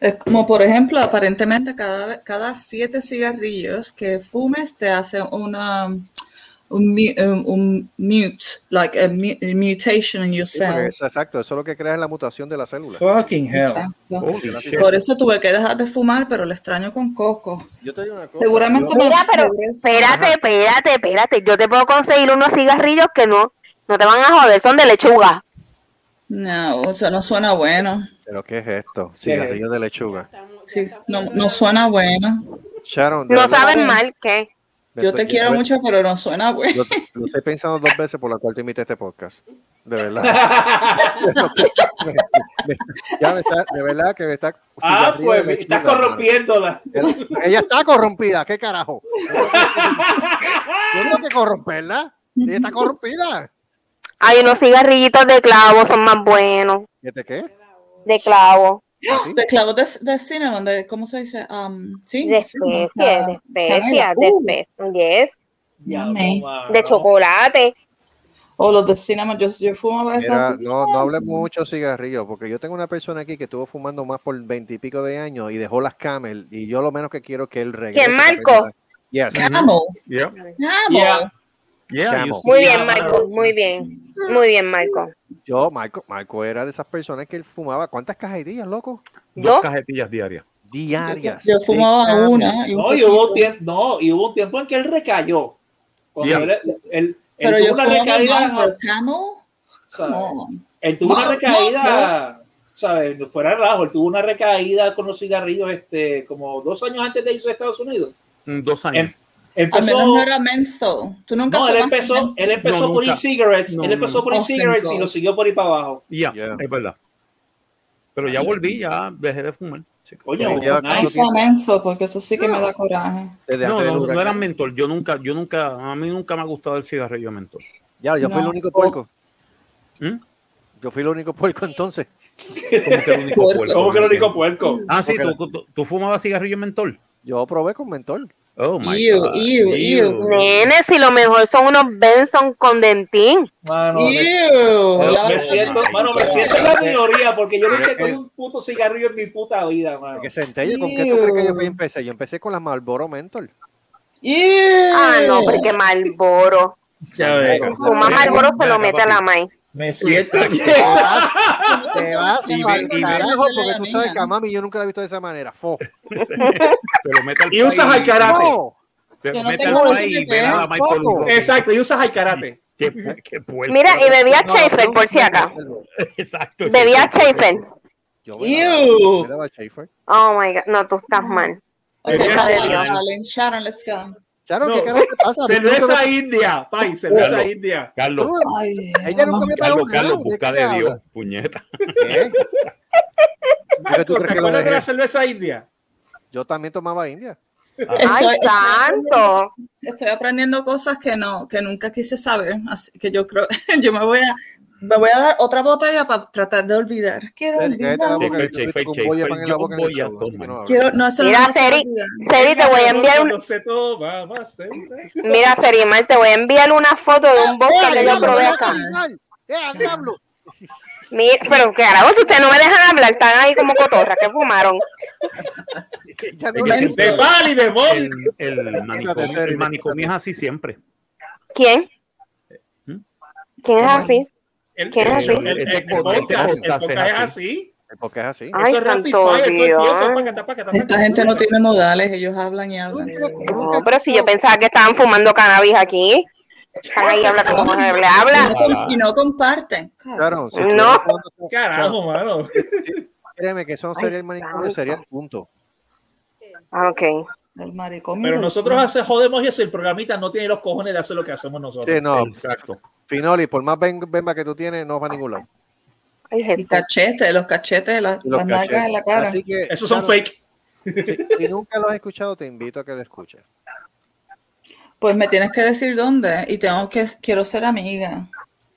Es como, por ejemplo, aparentemente cada, cada siete cigarrillos que fumes te hace una, un, mu- um, un mute, like a, mu- a mutation in your
Sí, porque
cells.
es- exacto, eso es lo que crea es la mutación de la célula. Oh,
Fucking hell.
Exacto. Por eso tuve que dejar de fumar, pero le extraño con coco.
Yo te digo una
cosa. Seguramente me-
Mira, pero espérate, espérate, espérate. Yo te puedo conseguir unos cigarrillos que no, no te van a joder, son de lechuga.
No, o sea, no suena bueno.
Pero ¿qué es esto? Cigarrillos de lechuga.
Sí, no, no suena bueno.
Sharon, de
No
verdad,
saben mal, ¿qué?
me
Yo
estoy-
te quiero
yo-
mucho, pero no suena bueno.
Yo te- lo estoy pensando dos veces por la cual te invité a este podcast. De verdad. Me- me- ya me está- de verdad que me está.
Ah,
cigarrillo
pues
de
me estás
lechuga, hermano.
corrompiéndola.
Ella- Ella está corrompida, ¿qué carajo? Yo tengo que corromperla. Ella está corrompida.
Hay unos cigarrillitos de clavo, son más buenos.
¿Este qué?
De clavo.
¡Ah! De clavos de, de cinnamon, de, ¿cómo se dice? Um, sí,
De
cinnamon,
especias,
ah,
de especias,
canela.
de
Uh,
especias. Yes.
yummy.
De chocolate.
O los de cinnamon, yo, yo fumaba
Mira,
esas.
no, no hables mucho cigarrillos, porque yo tengo una persona aquí que estuvo fumando más por veintipico de años y dejó las camel, y yo lo menos que quiero es que él regrese.
¿Quién,
esa
Marco?
persona. Yes.
Camel.
Yeah.
Camel.
Yeah,
Camel.
you see.
Muy bien, Marco. Muy bien. Muy bien, Marco.
Yo, Marco, Marco era de esas personas que él fumaba. ¿Cuántas cajetillas, loco?
Dos ¿Yo?
cajetillas diarias. Diarias.
Yo fumaba
Seis
una y un
No, y hubo,
poquito.
tiempo, no, y hubo un tiempo en que él recayó. Cuando
Yeah.
él, él- él
Pero
tuvo
yo
una
fumaba
recaída.
más por camel. Come
¿sabes?
on.
Él tuvo una
No, no,
recaída, ¿sabes? No Fuera de rajo, él tuvo una recaída con los cigarrillos este, como dos años antes de irse a Estados Unidos.
Dos años.
Al menos
Empezó,
no era menso. Tú nunca
no, él
fumaste
empezó,
menthol?
él empezó
No,
por
nunca.
e-cigarettes,
No,
él
no,
empezó
no.
por
Oh,
e-cigarettes
thank
y
God.
lo siguió por ahí para abajo.
Ya, es verdad. Pero ya volví, ya dejé de fumar. sí.
Coño,
Pero ya-
No sea menso, porque eso sí que me da coraje.
Desde
no,
antes del
no,
huracán.
no eran mentol. Yo nunca, yo nunca, a mí nunca me ha gustado el cigarrillo ¿Mm? mentol.
Ya, yo fui el
No.
único puerco. Yo fui el único puerco entonces.
Como que el único
Puerco.
puerco.
¿Cómo que el único puerco?
Ah, sí,
Porque-
tú, tú- tú fumabas cigarrillo mentol.
Yo probé con mentol.
Oh my
Ew,
God.
ew, ew.
Nene, si lo mejor son unos Benson con dentín.
Mano, me-
Ew,
me,
la verdad.
siento, mano, me siento en la minoría porque yo nunca he cogido un puto cigarrillo en mi puta vida, mano.
Que centella, ¿con qué tú crees que yo empecé? Yo empecé con las Marlboro Mentol.
Ah, no, porque Malboro.
Ya ves.
Fuma
eh,
Malboro se lo mete a la maíz.
Me siento.
Te vas
Y
y
ve- y ve-
porque tú sabes que a mami yo nunca la he visto de esa manera. Fo.
Se lo mete al
Y usas
país.
al karate.
No.
Se
Yo
lo
no
mete
tengo
al país y
límite,
ve nada más por un
tampoco.
lado.
Exacto, y usas al karate.
Qué, pu- qué puerco.
Mira, y bebía Schaefer, por si acaso.
Exacto.
Bebía Schaefer.
Yo
Ew.
daba Schaefer.
Oh my god, no, tú estás mal.
Ok,
Madre
Sharon,
mía.
Allen, Sharon, let's go.
Sharon, ¿qué
No,
carajo te pasa?
cerveza india, pay, cerveza
Carlos,
india.
Carlos,
Ay,
Ella nunca me
Carlos,
paró.
Carlos,
¿de
Ah,
busca
qué
de Dios,
hablas?
puñeta.
¿Qué? ¿Por qué tú
Marco,
crees
¿Te
que lo
acuerdas de la
dejé?
cerveza india?
Yo también tomaba India.
Ay, santo.
Estoy aprendiendo cosas que no, que nunca quise saber, así que yo creo, yo me voy a, me voy a dar otra botella para tratar de olvidar. Quiero
Cállate la
olvidar.
boca, que
Schaefer,
yo soy
Schaefer,
con boya, pan en la
yo
boca en el
voy a
show, así que
tomar.
no hablo.
Quiero, no, eso no lo
Mira,
vas a
Seri,
olvidar.
Seri, te voy a enviar
Cuando
una,
se toma, más se-
mira, Serimar, te voy a enviar una foto de un vodka que yo
diablo,
probé
deja
acá.
terminar. Deja, diablo.
Mira, pero qué carajo, si ustedes no me dejan hablar, están ahí como cotorras que fumaron.
Ya no
Es
la-
que siempre-
De Bali, de Bali.
El, el manicomio,
Quítate, Seri,
el manicomio es así siempre.
¿Quién?
¿Mm?
¿Quién es así?
El,
¿Quién es así?
el- el-
Este
el podcast, el podcast es así.
Porque es así.
Ay,
Eso es rapid
santo
fire todo el tiempo.
Dios.
paca, ta, paca, ta,
Esta
paca.
gente no tiene modales, ellos hablan y hablan.
No, pero si yo pensaba que estaban fumando cannabis aquí. Están ahí, habla como se le
Y
habla.
no com- Y no comparten.
Claro, si
No.
estuviera tomando-
Carajo, mano.
Créeme que eso no
Ay,
sería el manicomio,
santo.
sería el punto.
Ah, ok.
El maricomio
Pero
del-
nosotros hace, jodemos y eso, el programita no tiene los cojones de hacer lo que hacemos nosotros.
Sí, no.
Exacto.
Finoli, por más ben- bemba que tú tienes, no va a ningún lado.
Ay,
Y
Jesús.
cachetes, los cachetes, las,
Y los
las nalgas en la
cachetes.
cara.
Así que,
Esos son
claro,
fake.
Si, si nunca lo has escuchado, te invito a que lo escuches.
Pues me tienes que decir dónde y tengo que quiero ser amiga.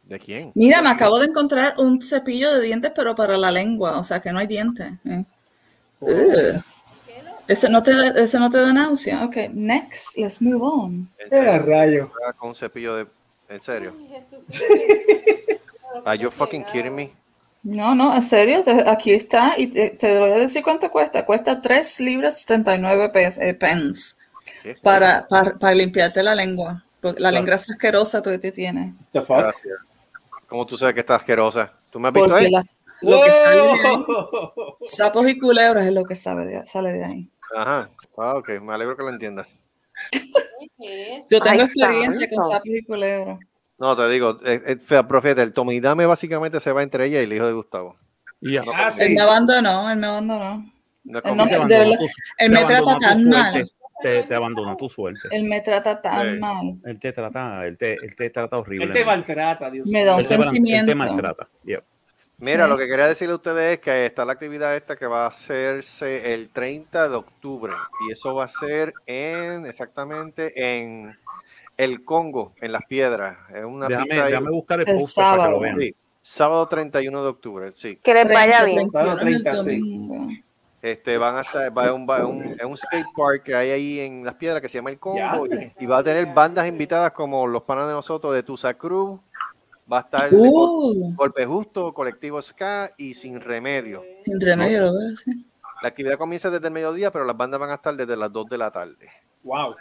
¿De quién?
Mira, me acabo de encontrar un cepillo de dientes, pero para la lengua, o sea que no hay dientes. eh. Ugh. Ese no te da, ese no te da náusea. Ok, next, let's move on.
Era rayo. Ah, Con un cepillo de. En serio. Are you fucking kidding me?
No, no, en serio, te- aquí está y te, te voy a decir cuánto cuesta. Cuesta 3 libras 79 pes- eh, pence para, para, para limpiarte la lengua. porque La
Claro.
lengua es asquerosa tú te tienes.
Gracias. ¿Cómo tú sabes que está asquerosa? ¿Tú me has visto
Porque
ahí?
la- lo que sale de ahí,
Oh.
sapos y culebras es lo que sabe de- sale de ahí.
Ajá. Ah, ok. Me alegro que lo entiendas.
Yo
Ay,
tengo experiencia con
santo.
sapos y culebras.
No, te digo, eh, eh, fe- profeta, el Tomidame básicamente se va entre ella y el hijo de Gustavo. No,
Ah, Él me abandonó, él me abandonó.
no es
Él,
como-
no- de verdad, él me trata tan mal.
Te, te abandona tu suerte.
Él me trata tan
Sí.
mal.
Él te trata, él te, él te trata horrible.
Él te maltrata, Dios
Me da un
Él te mal-
sentimiento.
Él te maltrata. Yep.
Mira,
Sí.
lo que quería decirle a ustedes es que está la actividad esta que va a hacerse el 30 de octubre y eso va a ser en exactamente en el Congo, en las piedras. Es una
Déjame-
pista ahí.
déjame buscar el El póster para que sábado. lo vean.
Sí, sábado 31 de octubre, sí.
Que les vaya
30,
bien.
31
30,
el
sí.
domingo.
Este, van hasta, va a un, va a un- es un skate park que hay ahí en las piedras que se llama el Congo y,
hombre.
y va a tener bandas invitadas como los panas de nosotros de Tusa Cruz, va a estar de
Uh.
Gol- Golpe Justo, Colectivo Ska y Sin Remedio.
Sin remedio, lo veo así.
La actividad comienza desde el mediodía, pero las bandas van a estar desde las 2 de la tarde.
Wow.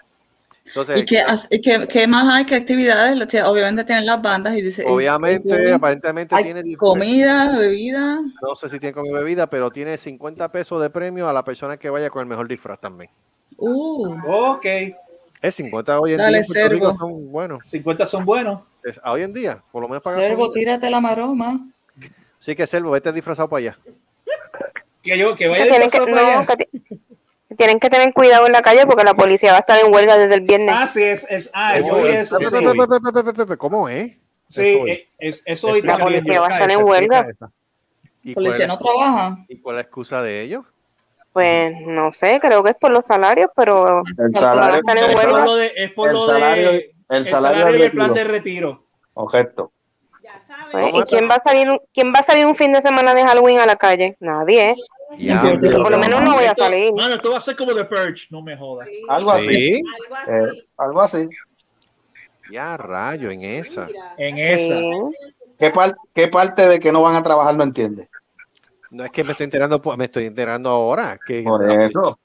Entonces,
¿Y qué, as- y qué- qué más hay? ¿Qué actividades? Lo tie- Obviamente tienen las bandas y dice. y-
obviamente,
y-
aparentemente
hay
tiene dif-
comida, bebida.
No sé si tiene comida y bebida, pero tiene 50 pesos de premio a la persona que vaya con el mejor disfraz también.
Uh.
Ok.
Es 50 hoy en
Dale,
día. en Puerto Rico
Servo.
son buenos.
50 son buenos.
Es- hoy en día, por lo menos para
Servo,
gasolina.
tírate la maroma.
Sí que Servo, vete disfrazado para allá.
Que yo, que
Que
vaya
tienen, que,
disfrazado para
no,
allá.
que ti- tienen que tener cuidado en la calle porque la policía va a estar en huelga desde el viernes.
Ah, sí, es, es, ah,
Eso
eso hoy
es.
es, es
Pe-
hoy.
pe- pe- pe- pe- pe- pe- ¿Cómo es?
Sí, es, es, es hoy
La
también.
policía va a estar en huelga.
¿Y cuál
Policía
es la-
no trabaja.
¿Y cuál es la excusa de ellos?
Pues no sé, creo que es por los salarios, pero
El salario,
van a estar en
el
huelga.
salario,
lo de- es por
el
lo
salario,
de-
el
el
salario
salario y el
retiro.
plan de retiro.
Objeto.
Pues, ¿Y quién va a salir un- quién va a salir un fin de semana de Halloween a la calle? Nadie. ¿eh?
Diablo.
por lo menos no voy a
Esto-
salir.
Mano, esto va a ser como The Purge, no me jodas.
Algo
Sí.
así. Eh, algo así.
Ya rayo en esa.
En esa.
¿Qué, par- ¿Qué parte de que no van a trabajar no entiende?
No es que me estoy enterando, pues, me estoy enterando ahora. Que
Por
la-
eso.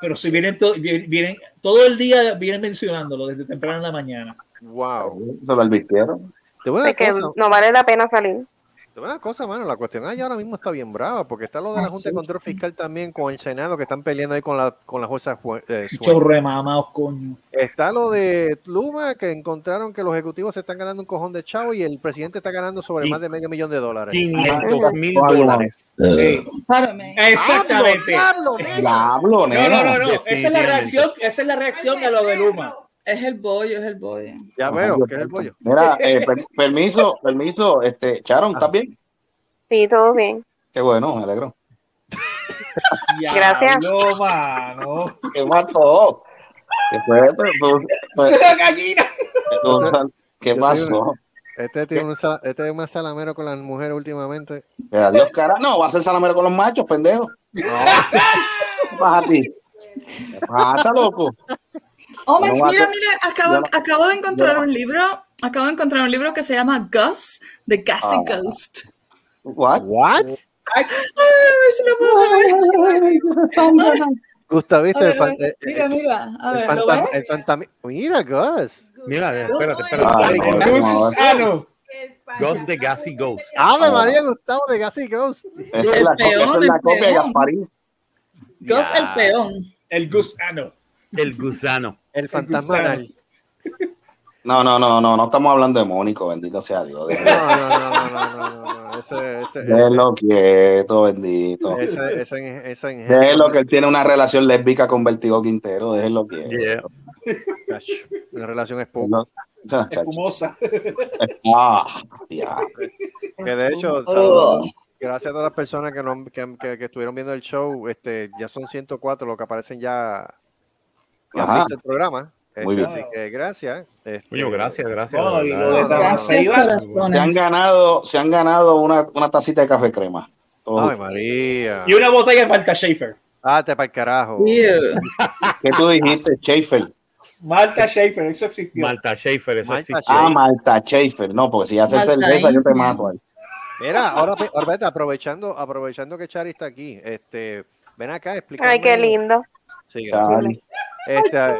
Pero si vienen, to- vienen, vienen- todo el día vienen mencionándolo desde temprano en la mañana.
Wow.
¿No lo advirtieron?
Te voy a
Es
decir
que
una cosa,
no vale la pena salir.
te voy a decir una cosa, mano. La cuestión allá ahora mismo está bien brava, porque está lo de la Junta de Control Fiscal también con el Senado, que están peleando ahí con la, con la jueza jue- eh, Suárez.
Chorre mamados, coño.
Está lo de Luma, que encontraron que los ejecutivos se están ganando un cojón de chavo y el presidente está ganando sobre
Quin-
más de medio millón de dólares.
500 mil
Ah,
dólares.
Eh.
Párame.
Exactamente.
Diablo,
Diablo,
No, no, no, no. Esa es la
Definitivamente.
reacción, esa es la reacción de lo de Luma.
Es el bollo, es el bollo.
Ya veo, que es el pollo.
Mira, eh, per- permiso, permiso, este, Charon, ¿estás bien?
Sí, todo bien.
Qué bueno, me alegro.
Gracias.
Diablo, mano.
¿Qué pasó? ¿Qué fue? Pues, pues, pues,
¡Será gallina!
Gonzalo, ¿Qué
Yo
pasó?
Este tiene un sal- este es más salamero con las mujeres últimamente.
Que adiós, cara. No, va a ser salamero con los machos, pendejo. ¿Qué pasa a ti? ¿Qué pasa, loco?
Oh my,
Yo no voy a
mira,
co-
mira, acabo,
yo no-
acabo de encontrar
yo no-
un libro. Acabo de encontrar un libro que se llama Gus, The Gassy
Ah.
Ghost.
What?
What?
Ay, a ver si lo puedo ver.
Gustavito,
A
el,
ver,
fan-
a ver,
eh, eh,
mira, mira, a
el
ver, ¿lo
fantam-
ves?
el fantam- Mira, Gus.
Mira, espérate,
Ah,
espérate.
no, no,
Ghost,
Ah, no.
Ghost de Gassy Ghost.
Ave
Ah.
María Gustavo de Gassi Ghost.
Esa es
El
la copia, esa
peón,
es la
el
copia de
peón.
Gasparín.
Gus el
Ya.
peón.
El gusano.
El gusano.
El fantasma
gusano.
anal.
No, no, no, no, no estamos hablando de Mónico, bendito sea Dios. Déjelo,
No, eh, no, no, no, no, no, no, no. Ese, ese,
déjelo quieto, bendito.
ese, ese, ese ingenio.
Déjelo que él tiene una relación lésbica con Vertigo Quintero, déjelo quieto.
Yeah.
Cacho, La relación es poco.
No, o sea, chacho.
Espumosa.
Ah, ya.
Que de hecho,
Ugh.
saludos, que Gracias a todas las personas que, no- que- que- que estuvieron viendo el show. Este, ya son 104 los que aparecen ya que han
Ajá.
visto el programa. Este,
Muy bien.
Así que gracias. Este,
Coño, gracias, gracias.
No,
de
y
verdad.
lo de
No, no,
Gracias,
no.
pues,
Se han ganado, se han ganado una, una tacita de café crema. Todos.
Ay, María.
Y una botella de marca Schaefer.
Ah, te para el carajo.
¿Qué tú dijiste, Schaefer?
Marca Schaefer, eso existió.
Malta Schaefer,
eso existe.
Ah, Malta Schaefer. No, porque si haces
Malta
cerveza, yo te
India.
mato ahí.
Mira, ahora, ve- ahora vete, aprovechando, aprovechando que Chari está aquí, este, ven acá, explícame.
Ay, qué lindo.
Sí,
Chari.
gracias. Este,
Ay,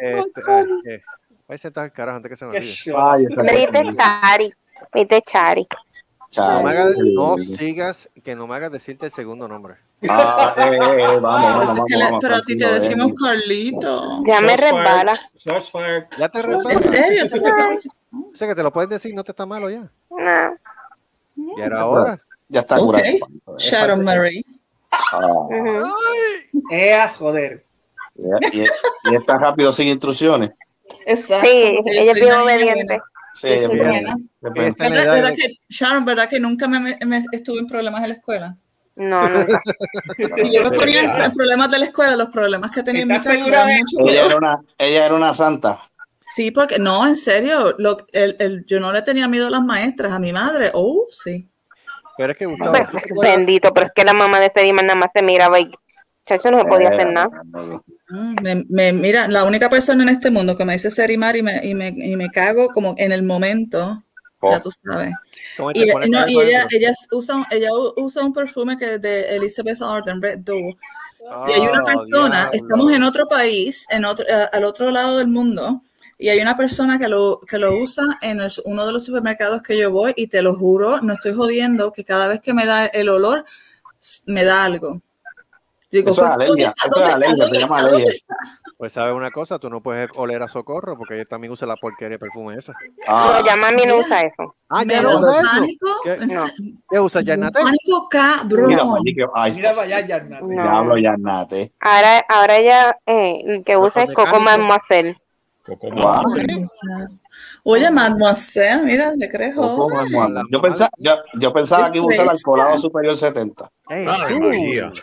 este,
Chari.
eh, voy a sentar el carajo antes que se me
Qué
olvide.
show. Me diste Chari. Me diste Chari.
No, me hagas-
Chari.
no sigas, que no me hagas decirte el segundo nombre.
Ah, eh, eh, vamos,
Ah,
vamos,
pues es
vamos,
que le-
vamos,
pero a ti te
tranquilo,
decimos
eh.
Carlito.
Ya me resbala.
Shots fired.
Ya te respeto.
¿En serio? ¿Te resbala?
O sea, que te lo pueden decir, no te está malo ya.
No.
Ya era hora.
Ya está
Ok.
curado.
Shadow Marie.
Ah,
Ujú.
Ea, joder.
y, y- y está rápido sin instrucciones.
Exacto.
Sí,
porque yo
ella es
soy
bien
una niña
obediente.
buena.
Sí,
Yo soy
bien.
buena.
Depende.
Este
¿Verdad, verdad que, Sharon, ¿verdad que nunca me, me- me estuve en problemas en la escuela?
No, nunca.
Y yo me ponía en en problemas de la escuela, los problemas que tenía en mi
¿Estás
casa
segura
eran
de-
mucho
Ella
peor.
era una, ella era una santa.
Sí, porque no, en serio, lo- el- el- yo no le tenía miedo a las maestras, a mi madre, oh, sí.
Pero es que Gustavo,
Bueno, pues, bendito, pero es que la mamá de este Dimas nada más te miraba y chacho no se podía
Eh,
hacer nada.
Mm, me- me- mira, la única persona en este mundo que me dice ser y mar y me, y me, y me cago como en el momento, ya tú sabes.
¿cómo te
Y,
pones
no,
con
y
eso
ella,
dentro?
ella, usa, un- ella u- usa un perfume que es de Elizabeth Arden, Red Dove. Y hay una
Oh,
persona,
diablo.
estamos en otro país, en otro, a- al otro lado del mundo, y hay una persona que lo, que lo usa en el- uno de los supermercados que yo voy, y te lo juro, no estoy jodiendo, que cada vez que me da el olor, s- me da algo. Digo,
Eso es
¿dónde
alergia, eso
está?
es
¿Dónde está?
alergia,
¿Dónde
se llama
está? ¿Dónde
alergia.
está?
Pues sabes una cosa, tú no puedes oler a Socorro porque ella también usa la porquería de perfume esa.
Ah.
No, ya mami no usa eso.
Ah, ya
Me
no
da
usa eso.
pánico,
¿Qué,
No.
qué usa Yarnate?
pánico
Mira,
cabrón.
Mali, que- ay,
Mira para allá, Yarnate.
No.
diablo, Yarnate.
Ahora, ahora ella eh, el que usa es Coco
mecánicos.
Mademoiselle.
Coco
Ah,
Guau.
Mademoiselle. Oye, mademoiselle, mira, le crees
Coco
joven.
Manuano. Yo pensaba, yo, yo pensaba
Qué
que iba a usar el
fresca.
colado superior 70.
Ay, María.
Jesús.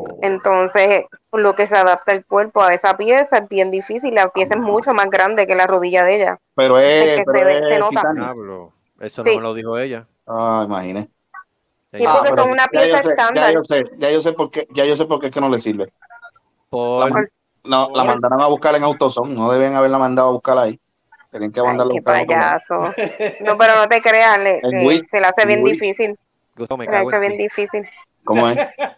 Entonces, lo que se adapta el cuerpo a esa pieza es bien difícil. La pieza es mucho más grande que la rodilla de ella.
Pero
Es
es.
que
pero
se ve-
es
se nota.
titanio.
Diablo. Eso
Sí.
no me lo dijo ella.
Ah, imaginé.
Sí,
Ella-
porque
Ah, pero
son una
ya yo
pieza
sé,
estándar.
Ya yo sé, ya yo sé por qué, ya yo sé por qué es que no le sirve.
Por-
La man- no, la mandaron a buscar en AutoZone, no debían haberla mandado a buscar ahí. Tenían que
Ay,
mandarla a
qué
buscar en otro
payaso.
lado.
No, pero no te creas, le-
El
eh,
Wii,
se la hace
el
bien
Wii.
difícil.
Gustavo, me
Se la ha
cago
hecho
en
bien
ti.
difícil.
¿Cómo es?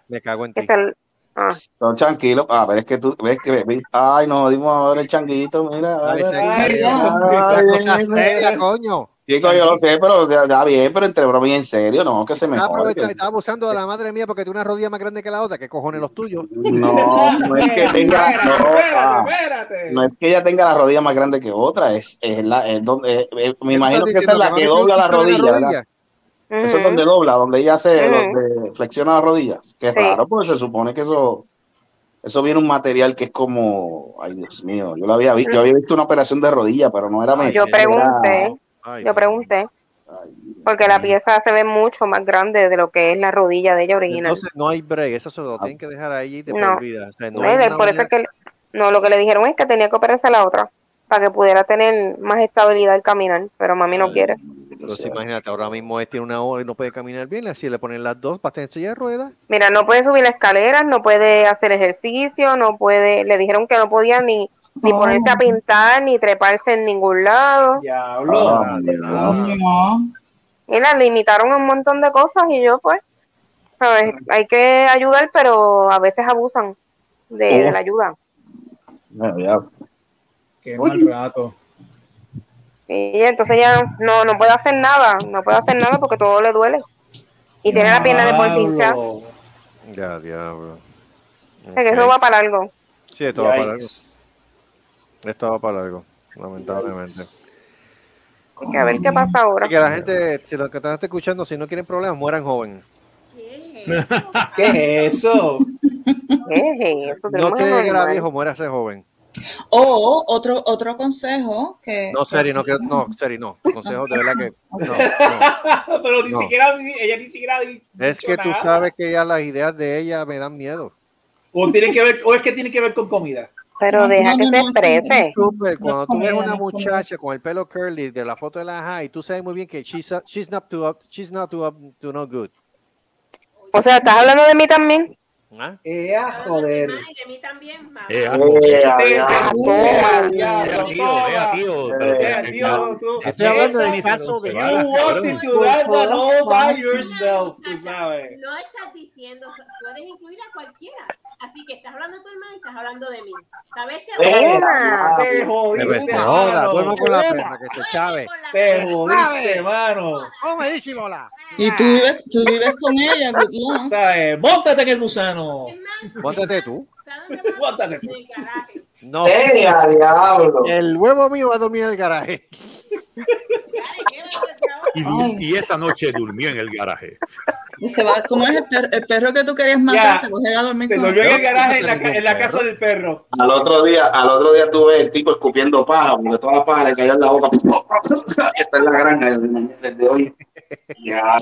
Me cago en
Que
ti.
se- ah,
No, tranquilo. Ah, pero es que tú, ves que, ves- ay, nos dimos a ver el changuito, mira.
Ay,
dale,
se-
dale,
la
ay,
Ah, cosa
bien,
seria, coño.
Chico, yo lo sé, pero ya, ya bien, pero entre broma y en serio, no, que se me
Está,
jode.
aprovechando, está abusando de la madre mía porque tiene una rodilla más grande que la otra. ¿Qué cojones los tuyos?
No, no es que tenga, no, ah,
Espérate.
no es que ella tenga la rodilla más grande que otra, es, es la, es donde, es- es- me
¿Qué tú
imagino
estás
que esa es
diciendo?
la
mami
que
tiene un
dobla la
chistón en
rodilla, ¿verdad? Eso es
ujú.
donde dobla, donde ella se
Ujú.
donde flexiona las rodillas. Qué
Sí.
raro, porque se supone que eso, eso viene un material que es como, ay Dios mío, yo lo había visto, yo había visto una operación de rodilla, pero no era
Ay,
metal,
Yo pregunté,
era-
Ay,
yo
Dios
pregunté, porque la pieza se ve mucho más grande de lo que es la rodilla de ella original.
Entonces no hay break, eso se lo tienen que dejar ahí de
No.
por vida. O sea, no
No,
hay
y le-
una
por eso
manera-
es que no, lo que le dijeron es que tenía que operarse la otra para que pudiera tener más estabilidad al caminar, pero mami no quiere.
Entonces imagínate, ahora mismo este tiene una hora y no puede caminar bien, así le ponen las dos pastillas en silla de ruedas.
Mira, no puede subir las escaleras, no puede hacer ejercicio, no puede, le dijeron que no podía ni, ni
Oh.
ponerse a pintar, ni treparse en ningún lado.
Diablo.
Ah, de verdad.
Coño.
Y la limitaron a un montón de cosas y yo pues,
Mm.
sabes, hay que ayudar, pero a veces abusan de, de la ayuda.
Bueno, ya.
Qué mal rato.
Y entonces ya Ah, no, no puede hacer nada, no puede hacer nada porque todo le duele. Y tiene la pierna de por hinchada.
Diablo.
Ya, diablo.
O sea, que eso va para algo.
Sí, esto va para algo.
Yikes.
Esto va para algo, lamentablemente.
Hay que ver qué pasa ahora.
Y que la gente, si los que están escuchando, si no quieren problemas, mueran jóvenes.
¿Qué es eso?
¿Qué es eso?
No
Tenemos
quiere llegar a
animal.
viejo, muérase joven.
O otro, otro consejo que...
No, Seri, no, quiero- no, Seri, no. Tu consejo de verdad que. No,
Pero ni
No.
siquiera, ella ni siquiera. ha dicho
Es que tú
nada.
sabes que ya las ideas de ella me dan miedo.
O, tiene que ver, o es que tiene que ver con comida.
Pero deja que se exprese.
Súper, cuando tú ves
comida,
una
no es
muchacha con el pelo curly de la foto de la high, tú sabes muy bien que she's, a- she's not too up, she's not too up to no good.
O sea, estás hablando de mí también.
Eh, ah, joder.
Eh, ah,
Toma,
Vea, tío. pero te- te- Estoy hablando de mi caso de-
You wanted to that one all by yourself, tú sabes.
No estás diciendo, o sea, puedes incluir a cualquiera. Así que estás hablando de tu hermana y estás hablando de mí. ¿Sabes qué?
ah,
Perra. Te
Pues
jodiste,
te joda,
mano.
duermo con la perra que se chave.
Te jodiste, mano.
Come, chivola.
Y tú vives, tú vives con ella, good luck.
¿Sabes? Móntate eh, en el gusano.
Móntate tú.
Móntate tú.
No.
Eh, a diablo.
El huevo mío va a dormir en el garaje.
Y, y esa noche durmió en el garaje.
Y se va, ¿Cómo es el perro, el perro que tú querías matar? te cogerá a dormir
Se
con
volvió en
él.
el garaje en la, ca- en la casa del perro.
Al otro día, al otro día tuve el tipo escupiendo paja, porque toda la paja le cayó en la boca. Está en la granja desde, mañana- desde hoy. Ya,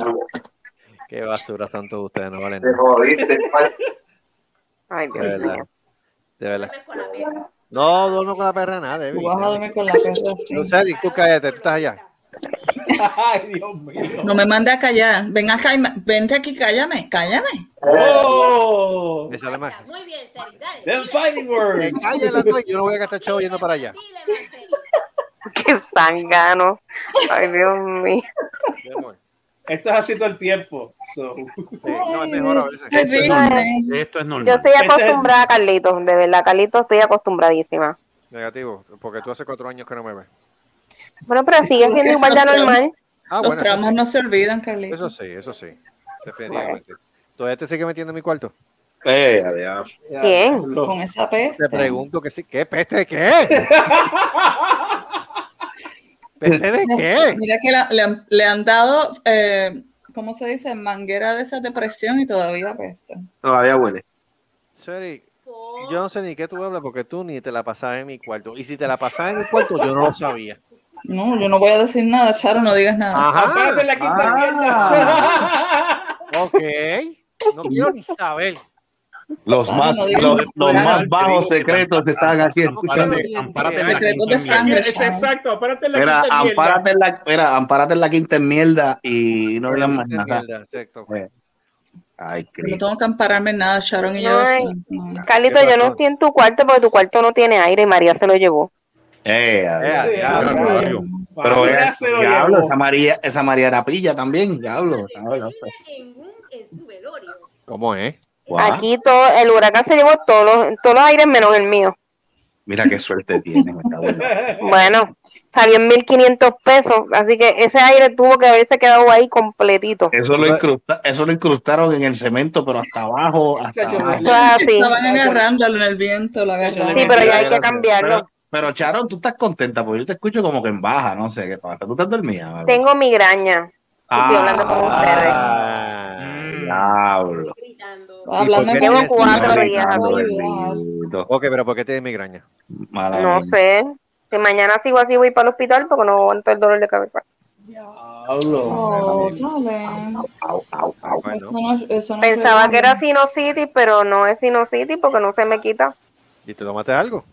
Qué basura son todos ustedes, no valen
te
nada.
jodiste, pal.
Ay,
De
Dios
verdad.
mío.
De verdad. No, duermo con la perra nada, Debbie.
Tú vas a dormir con la perra, sí.
No sé, tú cállate, tú estás allá.
Ay, Dios mío.
No me mandes a callar. Ven acá y ma- vente aquí, cállame, cállame.
Oh.
Esa es la imagen.
Muy bien, Sari, dale.
Them fighting
Eh,
words.
cállala tú, yo no voy a gastar chavo yendo para allá.
Qué sangano. Ay, Dios mío.
Estás haciendo el tiempo. so.
No, es mejor a veces.
Ay,
Esto es
Virgen.
normal. Esto es normal.
Yo estoy
Este es-
acostumbrada a Carlitos, de verdad, Carlitos, estoy acostumbradísima.
Negativo, porque tú hace cuatro años que no me ves.
Bueno, pero sigue siendo igual de normal.
Ah, bueno,
Los traumas no se olvidan, Carlitos.
Eso sí, eso sí. Definitivamente. ¿Todavía te sigue metiendo en mi cuarto?
Eh, adiós.
¿Quién?
Con esa peste.
Te pregunto que sí. ¿Qué peste de qué? ¿Peste de qué?
Mira que la- le, han- le han dado, eh, ¿cómo se dice? Manguera de esa depresión y todavía apesta.
Todavía huele.
Seri, yo no sé ni qué tú hablas porque tú ni te la pasabas en mi cuarto. Y si te la pasabas en mi cuarto, yo no lo sabía.
No, yo no voy a decir nada, Charo, no digas nada.
Ajá.
la
Ah.
quinta
Ok. No quiero ni saber.
Los
Ah,
más,
no digas
los,
eso,
los
claro.
más bajos secretos están aquí escuchando.
Secretos de sangre.
Es exacto, apárate en la
Mira,
quinta mierda.
ampárate en la, mira, ampárate en la quinta en mierda y no digas más nada.
Mierda, exacto.
Eh. Ay,
No
Cristo.
tengo que ampararme en nada, Sharon y yo.
Ay.
sí,
Mm,
no.
Carlitos, yo no estoy en tu cuarto porque tu cuarto no tiene aire y María se lo llevó.
Eh, adiós.
Eh, diablo.
Pero
María
eh,
se lo
diablo,
llevó.
esa María, esa María era pilla también, diablo.
En, un, en su velorio.
¿Cómo es?
Guau,
Aquí todo, el huracán se llevó todos los, todos los aires menos el mío.
mira qué suerte tiene. me cago en la-
Bueno, salió en 1500 pesos, así que ese aire tuvo que haberse quedado ahí completito.
Eso lo, incrusta- eso lo incrustaron en el cemento, pero hasta abajo. Hasta
Chacho,
abajo.
Eso es así.
Estaban agarrándolo en el viento, lo agarraron.
Sí, pero ya hay que cambiarlo.
Pero, pero, Charon, tú estás contenta porque yo te escucho como que en baja, no sé qué pasa. ¿Tú estás dormida?
Tengo migraña. Estoy hablando con ustedes.
Mm.
Ah,
Diablo.
Hablando
¿Y por qué
con-
Llevo cuatro
Ay,
días
diablo,
así.
bendito.
ok, pero ¿por qué tienes migraña?
Mala
No
mía.
sé. Si mañana sigo así, voy para el hospital porque no aguanto el dolor de cabeza.
Oh,
Diablo.
dale.
Au, au, au.
Eso no es- eso no es
Pensaba
verdad.
que era sinusitis, pero no es sinusitis porque no se me quita.
¿Y te tomaste algo?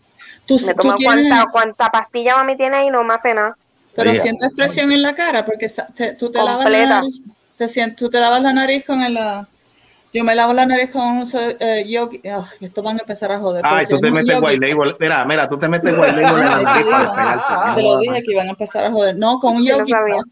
Tú,
Me
tú
toman
tienes,
cuanta, cuanta pastilla mami tiene ahí y no me hace nada.
pero
Mira.
sientes presión en la cara porque sa- te- tú te lavas la
Completa.
nariz, te sien- tú te lavas la nariz con el, ah, yo me lavo la nariz con un so- eh, yogi, ah, estos van a empezar a joder.
Ay,
pero
tú
si
te
Pues es un
metes
yogi, ah,
white label. Mira, mira, tú te metes white label en la nariz para pegarte.
Te lo dije que iban a empezar a joder. No, con un
Sí, lo
yogi
sabía.
pot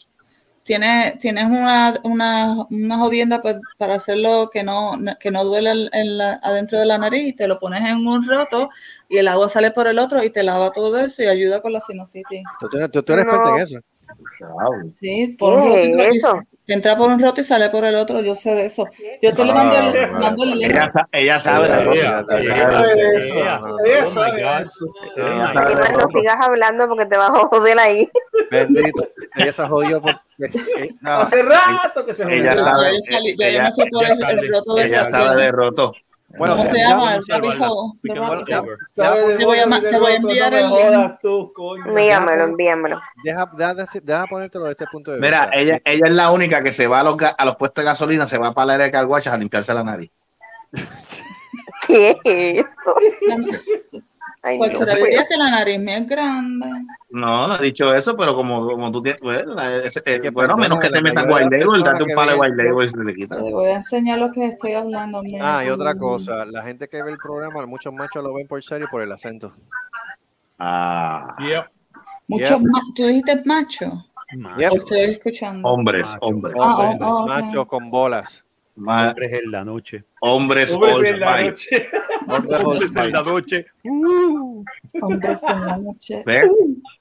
tienes, tienes una, una, una jodienda pa- para hacerlo que no, que no duele el- el- adentro de la nariz y te lo pones en un roto y el agua sale por el otro y te lava todo eso y ayuda con la sinusitis.
Tú, tienes- tú- tú eres
No.
experta en eso.
Sí, por un
¿Qué
roto
es
y sale-
eso?
entra por un roto y sale por el otro, yo sé de eso. Yo te le
Ah,
mando el,
madre.
mando el link.
Ella, sa- ella sabe de
Ella-
ropa,
ella
sabe.
sabe de
Ella
ropa.
sabe
oh
Ella
de
sabe
ropa.
de
Ella sabe de
Iván, no
ropa.
sigas hablando porque te vas a joder ahí.
Bendito. Ella se jodió porque. eh, no,
Hace rato que se jodió.
Ella
Ya,
sabe.
yo salí, ya
ella-
yo me fui por
ella
el- el
sabe-
roto de
Ella
ropa.
sabe de roto.
Bueno,
¿Cómo se
ya-
llama?
ya-
El rabbit hole. The rabbit hole.
Sabe de
Te voy a
roto
ma-
y de
te voy a
roto,
enviar
no me
el link.
jodas tú, coño.
Envíamelo, envíamelo.
Deja, deja, deci- deja ponértelo desde este punto de vista.
Mira, ella, ella es la única que se va a los, ga- a los puestos de gasolina, se va para la área de carguachas a limpiarse la nariz.
¿Qué es eso? Ay,
Pues
Dios
Cualquiera
mío.
diría que la nariz me es grande.
No, no he dicho eso, pero como, como tú tienes. Bueno, es- eh, bueno,
perdona,
menos que
la
te metan
mayoría
white
de las
label, date
personas
un
que
palo de
ven
white label y se pues, le quita.
Te voy a enseñar lo que estoy hablando. mira.
Ah, y otra cosa, la gente que ve el programa, muchos machos lo ven por serio por el acento.
Ah.
Muchos ma- ¿Tú dijiste macho?
Yep.
¿O estoy escuchando?
Hombres, hombres.
Este- Ah, oh, oh, ok.
Machos con bolas.
Ma-
Hombres en la noche.
hombres
Hombres
all
en la
right.
noche.
Hombres
Hombres
all
en la
right.
noche.
Hombres en la noche.
Ve-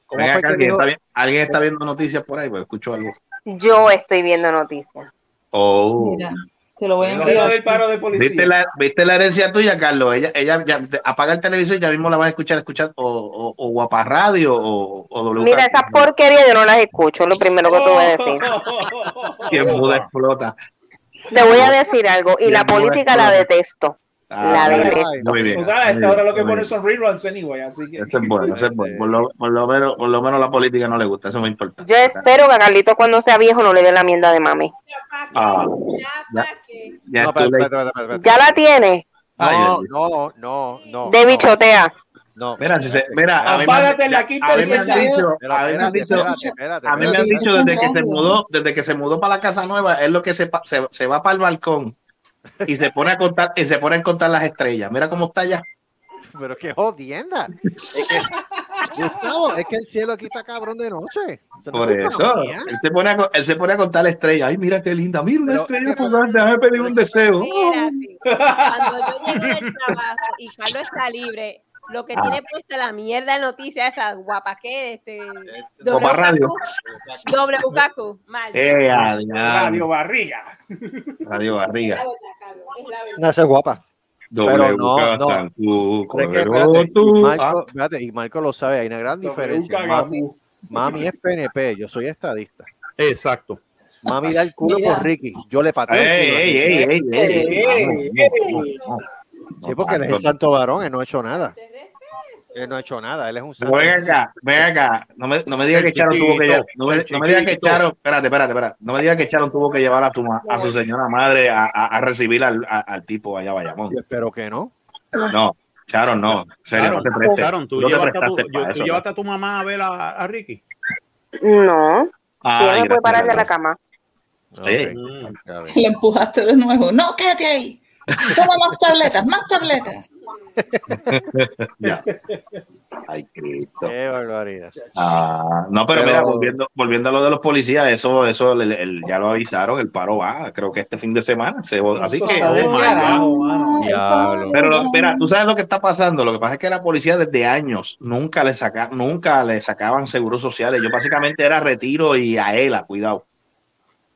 ¿Cómo
ven
fue
acá,
que
¿alguien,
dijo?
está, vi- alguien está viendo noticias por ahí, pues escucho algo.
Yo estoy viendo noticias.
Oh.
Mira, te lo voy a
Sale lo
enviar.
del paro de
¿Viste
policía.
la, ¿Viste la herencia tuya, Carlos? Ella, ella ya, te- apaga el televisor y ya mismo la vas a escuchar, escuchar o, o, o Guapa Radio o, o WK.
Mira, esas porquerías yo no las escucho, es lo primero que te voy a decir.
Si el muda explota.
Te voy a decir algo, y
Bien,
la política la
bueno.
detesto.
Ah,
La
muy
detesto.
bien, muy bien.
Total, a
muy
esta hora lo
bien,
que
muy
pone
bien.
son reruns, anyway, así que.
Eso es bueno, eso es bueno. Por lo, por lo menos, por lo menos la política no le gusta, eso me importa.
Yo espero que a Carlito cuando sea viejo no le dé la mierda de mami.
Ah, ya, ya
No,
es too
espérate,
late.
espérate, espérate, espérate.
Ya la tiene,
Ay,
No,
Dios.
no, no, no.
de
no,
bichotea.
No,
Mira, si se,
espérate.
mira, a mí me han-
Apágate la quinta
a mí me han
sesión.
dicho,
Pero
a mí me han
espérate,
dicho,
espérate, espérate,
A mí me han
espérate.
dicho
Está
desde que se
raro.
mudó, desde que se mudó para la casa nueva, es lo que se, pa- se, se va para el balcón y se pone a contar y se pone a contar las estrellas. Mira cómo está ya.
Pero qué jodienda. Es que, Gustavo, es que el cielo aquí está cabrón de noche. Eso no
Por
es culpa
eso,
mía.
él se pone a, co- él se pone a contar las estrellas. Ay, mira qué linda. Mira una
Pero-
estrella fugaz. Déjame pedir un deseo.
Espérate. Cuando yo llegue del trabajo y Carlos está libre, lo que
Ah.
tiene puesta la mierda de noticias esas guapas que este
Guapa Radio.
doble bucacu, mal.
Eh,
Radio
adiós.
barriga.
Radio
Es la
Barriga.
verdad, Carlos, es la verdad.
No, eso es guapa.
Doble
Pero no,
boca,
no.
tan tú,
Pero es que,
cuero,
espérate, y
tú. Ah,
Marco, espérate, y Marco lo sabe, hay una gran diferencia. Mami,
WKGAPU.
mami es PNP, yo soy estadista.
Exacto.
Mami da el culo
Mira.
por Ricky, yo le pateo el
Ey,
culo a
ey,
Ricky.
ey, ey, ey,
Ey,
vamos,
ey,
vamos,
ey.
vamos, vamos.
Sí, porque él es el santo varón, él no ha hecho nada. Él no ha hecho nada, él es un santo.
Ven acá, ven acá. No me, no me digas
El
que Charo tuvo que
chiquito,
llevar. No me,
el
no me digas que
chiquito.
Charo. Espérate, espérate, espérate. No me digas que Charo tuvo que llevar a, tu, ma- a su señora madre a, a- a recibir al, a- al tipo allá a Bayamón.
Yo espero que no.
No, Charo, no. En serio, no
Sharon,
te prestes.
Sharon, tú
no te
llevaste a tu,
prestaste
yo-
para
tú
eso.
llevaste a tu mamá a ver a, a Ricky.
No, yo
Ay,
me puedo
gracias a
parar de
Dios.
la cama.
Ey.
Ok, está bien.
Le empujaste de nuevo. No, quédate ahí. Toma más tabletas, más tabletas.
Ya. Ay, Cristo.
Qué barbaridad.
Ah, no, pero,
Pero-
mira, volviendo, volviendo a lo de los policías, eso, eso el- el- ya lo avisaron, el paro va, creo que este fin de semana. se- así
Eso
que
está del
oh my
carajo, mano.
Ay,
Diablo.
Pero lo-
padre.
mira, tú sabes lo que está pasando. Lo que pasa es que la policía desde años nunca le saca, nunca le sacaban seguros sociales. Yo básicamente era retiro y a ella, cuidado.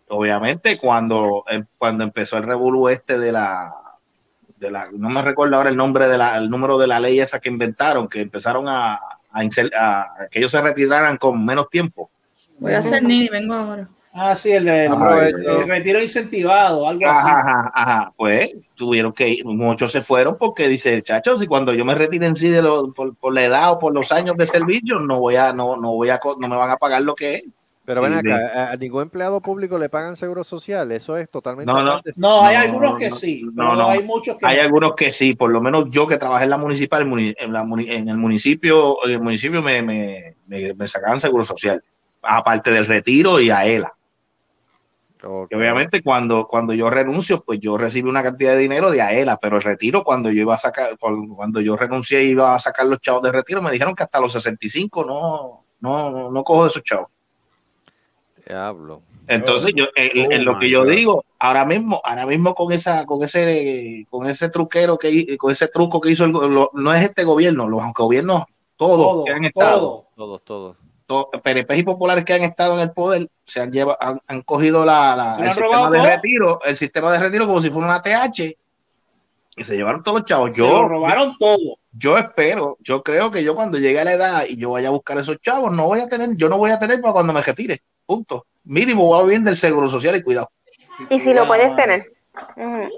Obviamente, cuando, em- cuando empezó el revolú este de la, de la, no me recuerdo ahora el nombre de la, el número de la ley esa que inventaron, que empezaron a, a incel- a- a que ellos se retiraran con menos tiempo.
Voy a hacer ni, vengo ahora.
Ah, sí, el, de-
Aprovecho.
el retiro incentivado, algo
Ajá,
así.
ajá, ajá. Pues tuvieron que ir, muchos se fueron porque dice, chachos, y cuando yo me retire en sí de lo- por, por la edad o por los años de servicio, no voy a, no, no voy a, co- no me van a pagar lo que es.
Pero ven
Y de-
acá, eh, a- a ningún empleado público le pagan seguro social, eso es totalmente
No, no.
aparte.
No, hay
No,
algunos que
no,
sí,
no,
pero
no.
hay muchos que
Hay
no.
algunos que sí, por lo menos yo que trabajé en la municipal, en muni- en, la muni- en el municipio, en el municipio me, me, me- me sacaban seguro social, aparte del retiro y a ELA.
Ok.
Y obviamente cuando, cuando yo renuncio, pues yo recibí una cantidad de dinero de AELA, pero el retiro cuando yo iba a sacar, cuando, cuando yo renuncié y iba a sacar los chavos de retiro, me dijeron que hasta los 65 no, no, no, no cojo de esos chavos.
Diablo.
Entonces, yo, en,
Oh
en lo
my
que yo
God.
digo, ahora mismo, ahora mismo con esa, con ese, con ese truquero que hi- con ese truco que hizo el go- lo- no es este gobierno, los gobiernos todos
Todo,
que han estado,
todo.
Todos, todos.
to- PNP y populares que han estado en el poder se han, lleva, han, han cogido la, la-
Se lo
el,
han robado
sistema de
todo.
retiro, el sistema de retiro como si fuera una TH y se llevaron todos los chavos.
Se
Yo,
lo robaron todo.
Yo espero, yo creo que yo cuando llegue a la edad y yo vaya a buscar esos chavos, no voy a tener, yo no voy a tener para cuando me retire. Punto. Mínimo voy a vivir del seguro social y cuidado.
Y si lo puedes tener. Ujú.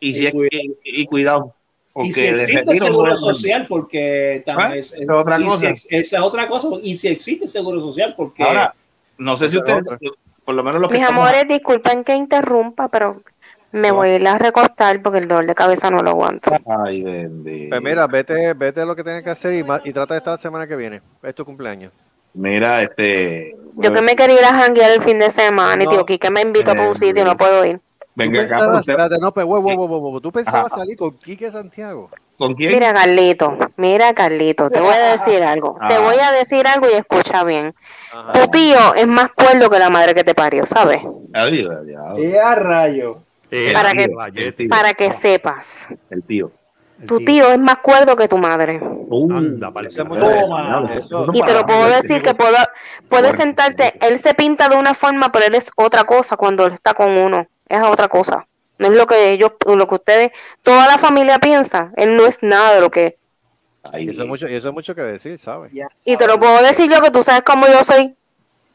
Y si es que- y cuidado.
Y
porque
si
del
existe
retiro no voy
seguro
a tener.
social, porque también
Ah,
es,
esa es otra
y si
cosa.
ex- esa es otra cosa. Y si existe seguro social, porque
Ahora, no sé si ustedes, por lo menos los que
Mis
estamos-
amores, disculpen que interrumpa, pero me voy a ir a recostar porque el dolor de cabeza no lo aguanto.
Ay, bendito.
Pues mira, vete, vete lo que tienes que hacer y, ma- y trata de estar la semana que viene. Es tu cumpleaños.
Mira, este.
Yo que me quería ir a janguear el fin de semana y
No. Eh,
tío Quique me invitó para un sitio y no puedo ir.
¿Tú
Venga acá,
pensabas,
usted-
espérate, no, pues, huevo, huevo, huevo, ¿Tú pensabas
Ajá.
salir con Quique Santiago?
¿Con quién?
Mira, Carlito, mira, Carlito, te voy a decir algo. Te
Ah.
voy a decir algo y escucha bien.
Ajá.
Tu tío es más cuerdo que la madre que te parió, ¿sabes?
Ay, diablo.
¡Ea rayo!
Para
el tío,
que-
el tío,
Para que sepas,
El tío.
tu tío es más cuerdo que tu madre.
Anda, pa'l
Toma.
carajo.
Eso-
Y te lo puedo decir que puedo, puedes sentarte, él se pinta de una forma, pero él es otra cosa cuando él está con uno, es otra cosa. No es lo que ellos, lo que ustedes, toda la familia piensa, él no es nada de lo que es.
Y eso es mucho, y eso es mucho que decir, ¿sabes?
Y te lo puedo decir yo que tú sabes cómo yo soy.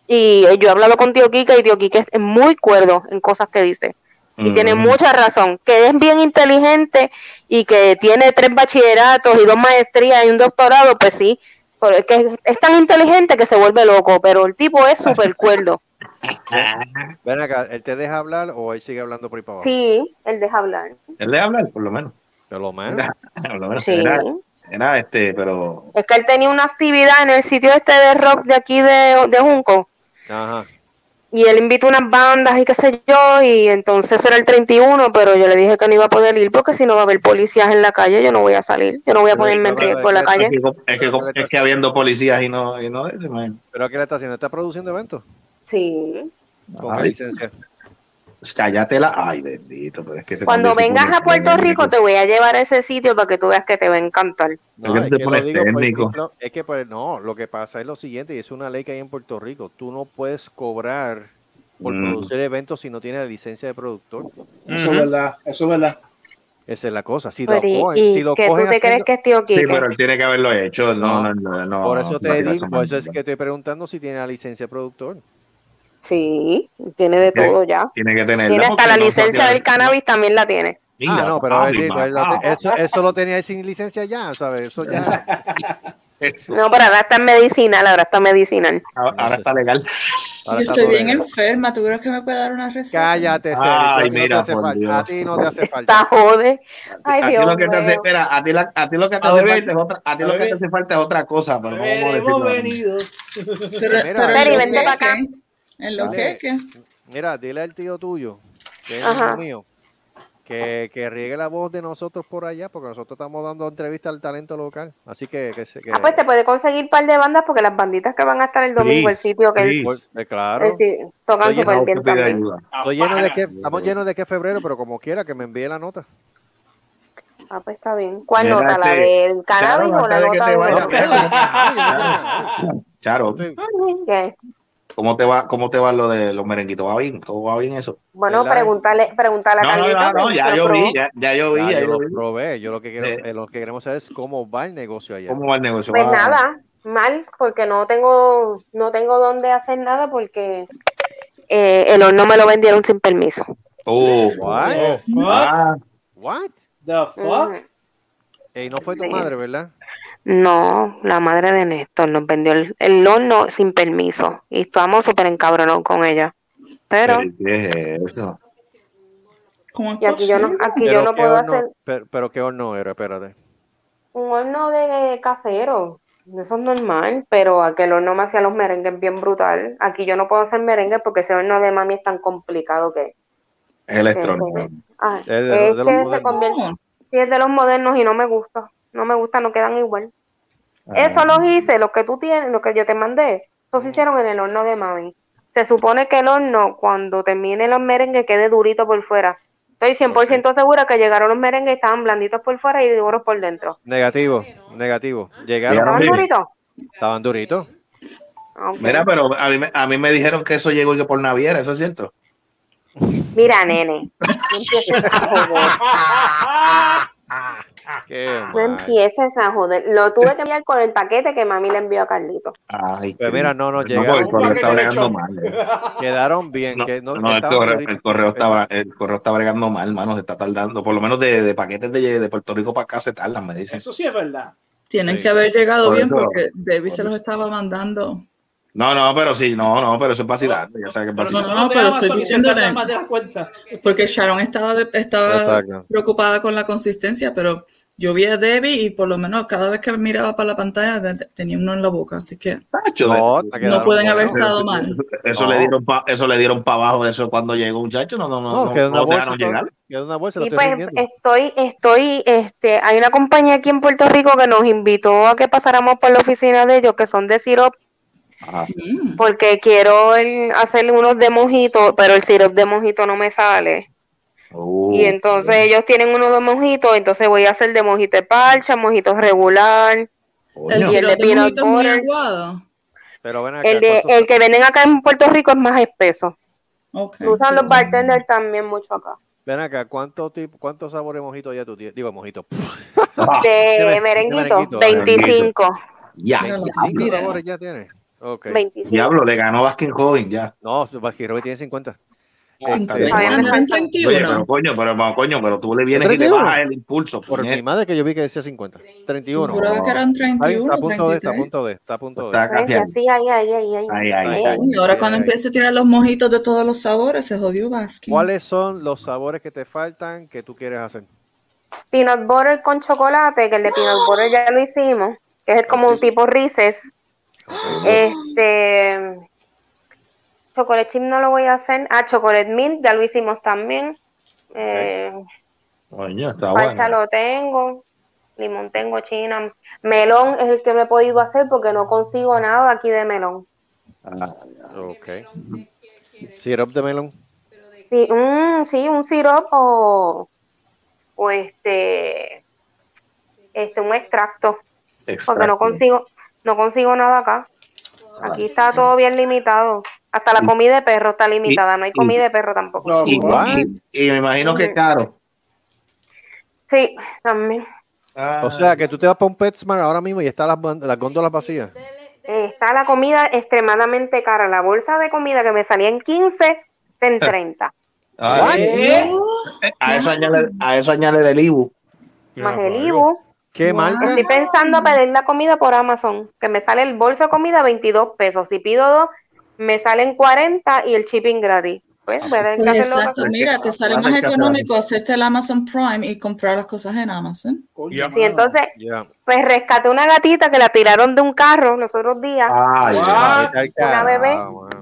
Y eh, yo he hablado con tío Kika y tío Kika es muy cuerdo en cosas que dice. Y tiene
Mm.
mucha razón. Que es bien inteligente y que tiene tres bachilleratos y dos maestrías y un doctorado, pues sí. Pero es que es tan inteligente que se vuelve loco, pero el tipo es súper cuerdo.
Ah.
Ven acá, ¿él te deja hablar o él sigue hablando por ahí para abajo?
Sí, él deja hablar.
Él debe hablar, por lo menos.
Por lo menos.
Era, por lo menos,
Sí.
era, era, este, pero.
Es que él tenía una actividad en el sitio este de rock de aquí de, de Junco.
Ajá.
y él invitó unas bandas y qué sé yo, y entonces era el 31, pero yo le dije que no iba a poder ir porque si no va a haber policías en la calle, yo no voy a salir, yo no voy a ponerme en riesgo en la calle.
Es que, es que, es que habiendo policías y no, y no ese, man.
¿Pero qué le está haciendo? ¿Está produciendo eventos?
Sí.
Con
Ay.
qué licencia.
Cállatela. Ay, bendito. Pero es que te
Cuando
pones-
vengas a Puerto
pones-
Rico te voy a llevar a ese sitio para que tú veas que te va a encantar.
Es
No,
que
es
te
que lo
pones
digo por
técnico.
ejemplo, es que pues, no, lo que pasa es lo siguiente, y es una ley que hay en Puerto Rico, tú no puedes cobrar por
Mm.
producir eventos si no tienes la licencia de productor.
Eso es verdad, eso es verdad.
Esa es la cosa, si lo
Pero ¿y-
cogen,
¿Y,
si lo
qué tú
cogen
te crees
haciendo-
que es tío
Sí,
Quique?
pero él tiene que haberlo hecho. No, no, no. no
por eso te
no,
digo,
no,
por eso es que estoy preguntando si tiene la licencia de productor.
Sí, tiene de
Tiene-
todo ya.
Tiene que tenerla.
Tiene hasta
porque
la
no
licencia
tiene-
del cannabis también la tiene.
Ah,
Mira,
no, pero
ay,
él dijo, él lo
mamá.
te- eso, eso lo tenía él sin licencia ya, ¿sabes? Eso ya.
No, pero ahora está en medicinal, ahora está en medicinal.
Ahora está legal.
Yo estoy bien enferma, ¿tú crees que me puede dar una receta?
Cállate, Celi,
Ay,
a ti no te
mira,
hace
por
falta,
Dios.
a ti no te hace falta.
Está jode. Ay,
a ti
Dios
lo que te hace,
mío.
espera, a ti, la- a ti lo que te
A
hace
beber.
falta es otra, a ti
A
lo que te
beber.
hace falta es otra cosa, pero no vamos a
Hemos
decirlo.
venido.
Mira,
Pero, pero
Mary,
en
vente
lo que,
pa'
acá. en lo que,
Dile-
que.
Mira, dile al tío tuyo, que es
Ajá.
amigo mío, que, que riegue la voz de nosotros por allá, porque nosotros estamos dando entrevista al talento local. Así que, que, se- que-
Ah, pues te puede conseguir un par de bandas porque las banditas que van a estar el domingo, el
Please,
sitio que él-
por- eh, claro.
él sí- tocan
Estoy
súper
lleno-
bien también.
Estoy lleno de
Ah,
que, estamos llenos de que febrero, pero como quiera que me envíe la nota.
Ah, pues está bien. ¿Cuál
Mira,
nota? ¿La
este,
del cannabis
Charo,
o la
antes de que
nota
te
de
vayas,
Charo,
¿Qué?
¿cómo te va, cómo te va lo de los merenguitos? ¿Va bien? ¿Cómo va bien eso?
Bueno,
¿Verdad?
pregúntale, pregúntale a
No, no,
Carlito.
no, no,
que
ya
lo
yo vi,
probó.
ya, ya yo vi,
Ya,
ya
yo
yo
lo
vi.
probé. Yo lo que, quiero,
Sí.
eh, lo que queremos saber es cómo va el negocio allá.
¿Cómo va el negocio?
Pues
Va-
nada, mal, porque no tengo, no tengo dónde hacer nada porque eh, el horno me lo vendieron sin permiso.
Oh,
What?
fuck?
Ah,
What?
The fuck?
Ujú.
Ey, no fue tu
Mm. Sí.
madre, ¿verdad?
No, la madre de Néstor nos vendió el, el horno sin permiso y estábamos súper encabronados con ella. Pero,
pero ¿qué es eso?
y aquí yo no, aquí yo
Pero
no
qué
puedo
horno-
hacer
pero, pero qué horno era, espérate.
un horno de casero. Eso es normal, pero aquel horno me hacía los merengues bien brutal. Aquí yo no puedo hacer merengue porque ese horno de mami es tan complicado que...
Es electrónico.
que- ah,
Es de los- de
es
los
que se
modernos.
convierte... Sí, es de los modernos y no me gusta. No me gusta, no quedan igual. Eso
Ah.
los hice, los que tú tienes, los que yo te mandé, los
Ah.
hicieron en el horno de mami. Se supone que el horno, cuando termine los merengues, quede durito por fuera. Estoy 100% segura que llegaron los merengues, estaban blanditos por fuera y duros por dentro.
Negativo, negativo. Llegaron.
¿Estaban
miren,
duritos?
Estaban duritos.
Ok.
Mira, pero a mí, me- a mí me dijeron que eso llegó y que por naviera, ¿eso es cierto?
Mira, nene, no empieces a joder.
Ah,
No empieces a joder. Lo tuve que enviar con el paquete que mami le envió a Carlito.
Ay,
Pues mira, no, no,
No,
llegaron.
el correo está bregando mal. eh.
Quedaron bien. que no,
No, el correo,
estaban Este, duros.
el correo está, el correo está bregando mal, hermano, se está tardando. Por lo menos de, de paquetes de, de Puerto Rico para acá se tardan, me dicen.
Eso sí es verdad.
Tienen
Sí.
que haber llegado
Por
bien
eso-
porque David se los estaba mandando.
No, no, pero sí, no, no, pero eso es vacilando, ya sabes que es
No,
vacilando.
no, no, pero estoy diciéndole.
más de la cuenta.
Porque Sharon estaba, de- estaba
Exacto.
preocupada con la consistencia, pero yo vi a Debbie y por lo menos cada vez que miraba para la pantalla te- tenía uno en la boca, así que
No,
no pueden haber estado mal.
Eso
No.
le dieron pa, eso le dieron para abajo de eso cuando llegó muchacho, no, no, no,
No,
no,
quedó una
no
bolsa.
dejaron llegar.
Quedó una bolsa, lo
Y
estoy
pues
vendiendo.
estoy, estoy, este, hay una compañía aquí en Puerto Rico que nos invitó a que pasáramos por la oficina de ellos, que son de Sirop,
Mm.
porque quiero el- hacer unos de mojito, pero el Sirop de mojito no me sale.
Uh.
Y entonces ellos tienen uno de mojito, entonces voy a hacer de mojito de parcha, mojito regular,
El
y el de
sirope de
peanut
mojito es muy
butter.
aguado.
Pero ven acá,
eh, El, de,
¿cuántos-
el que venden acá en Puerto Rico es más espeso.
Ok.
Lo usan los bartenders también mucho acá.
ven acá, ¿cuántos tip- cuántos sabores mojitos ya tú tienes? Digo, mojitos. Ah,
De merenguito, 25.
Ya,
Mira,
diablo.
¿Cinco sabores ya tienes? Ok.
25.
Diablo, le ganó Baskin Joven ya.
No, Baskin Robin tiene 50.
Oye, pero coño, pero vamos, coño, pero tú le vienes y le
31.
bajas el impulso.
Por mi madre que yo vi que decía 50. 31.
Yo juraba que eran
Está bien, Está
31,
a punto de, está a
33.
punto de, está a punto de.
Está casi ahí.
Sí, ay, ay, ay, ay.
Ahí, ahí, ahí.
Uy, ahora
Ay,
cuando
ay.
empiece a tirar los mojitos de todos los sabores, se jodió Baskin.
¿Cuáles son los sabores que te faltan que tú quieres hacer?
Peanut butter con chocolate, que el de peanut butter ya lo hicimos, que es como un tipo Reese's. Este. Chocolate chip no lo voy a hacer. Ah, chocolate mint, ya lo hicimos también. Eh,
Coño, está
Parcha
bueno.
lo tengo, limón tengo, china. Melón es el que no he podido hacer porque no consigo nada aquí de melón.
Ah, ok. Syrup de melón.
Sí, un, sí, un sirope o, o este, este, un extracto, porque no
Extracto.
consigo, no consigo nada acá. Aquí está todo bien limitado. Hasta la comida de perro está limitada, no hay comida de perro tampoco.
Y, y- y me imagino que es caro.
Sí, también.
Ah.
O sea, que tú te vas para un PetSmart ahora mismo y están las, ban- las góndolas vacías.
Eh, Está la comida extremadamente cara. La bolsa de comida que me salía en 15, está en 30.
Ay, A eso añade, a eso añade del Ibu.
Más el IVU.
¿Qué marca?
Estoy pensando pedir la comida por Amazon, que me sale el bolso de comida 22 pesos. Si pido dos, me salen 40 y el shipping gratis. Pues, voy a tener que
Pues
hacerlo
exacto,
otra-
mira, te sale más económico hacerte el Amazon Prime y comprar las cosas en Amazon.
Sí, entonces, pues rescaté una gatita que la tiraron de un carro los otros días. Una bebé.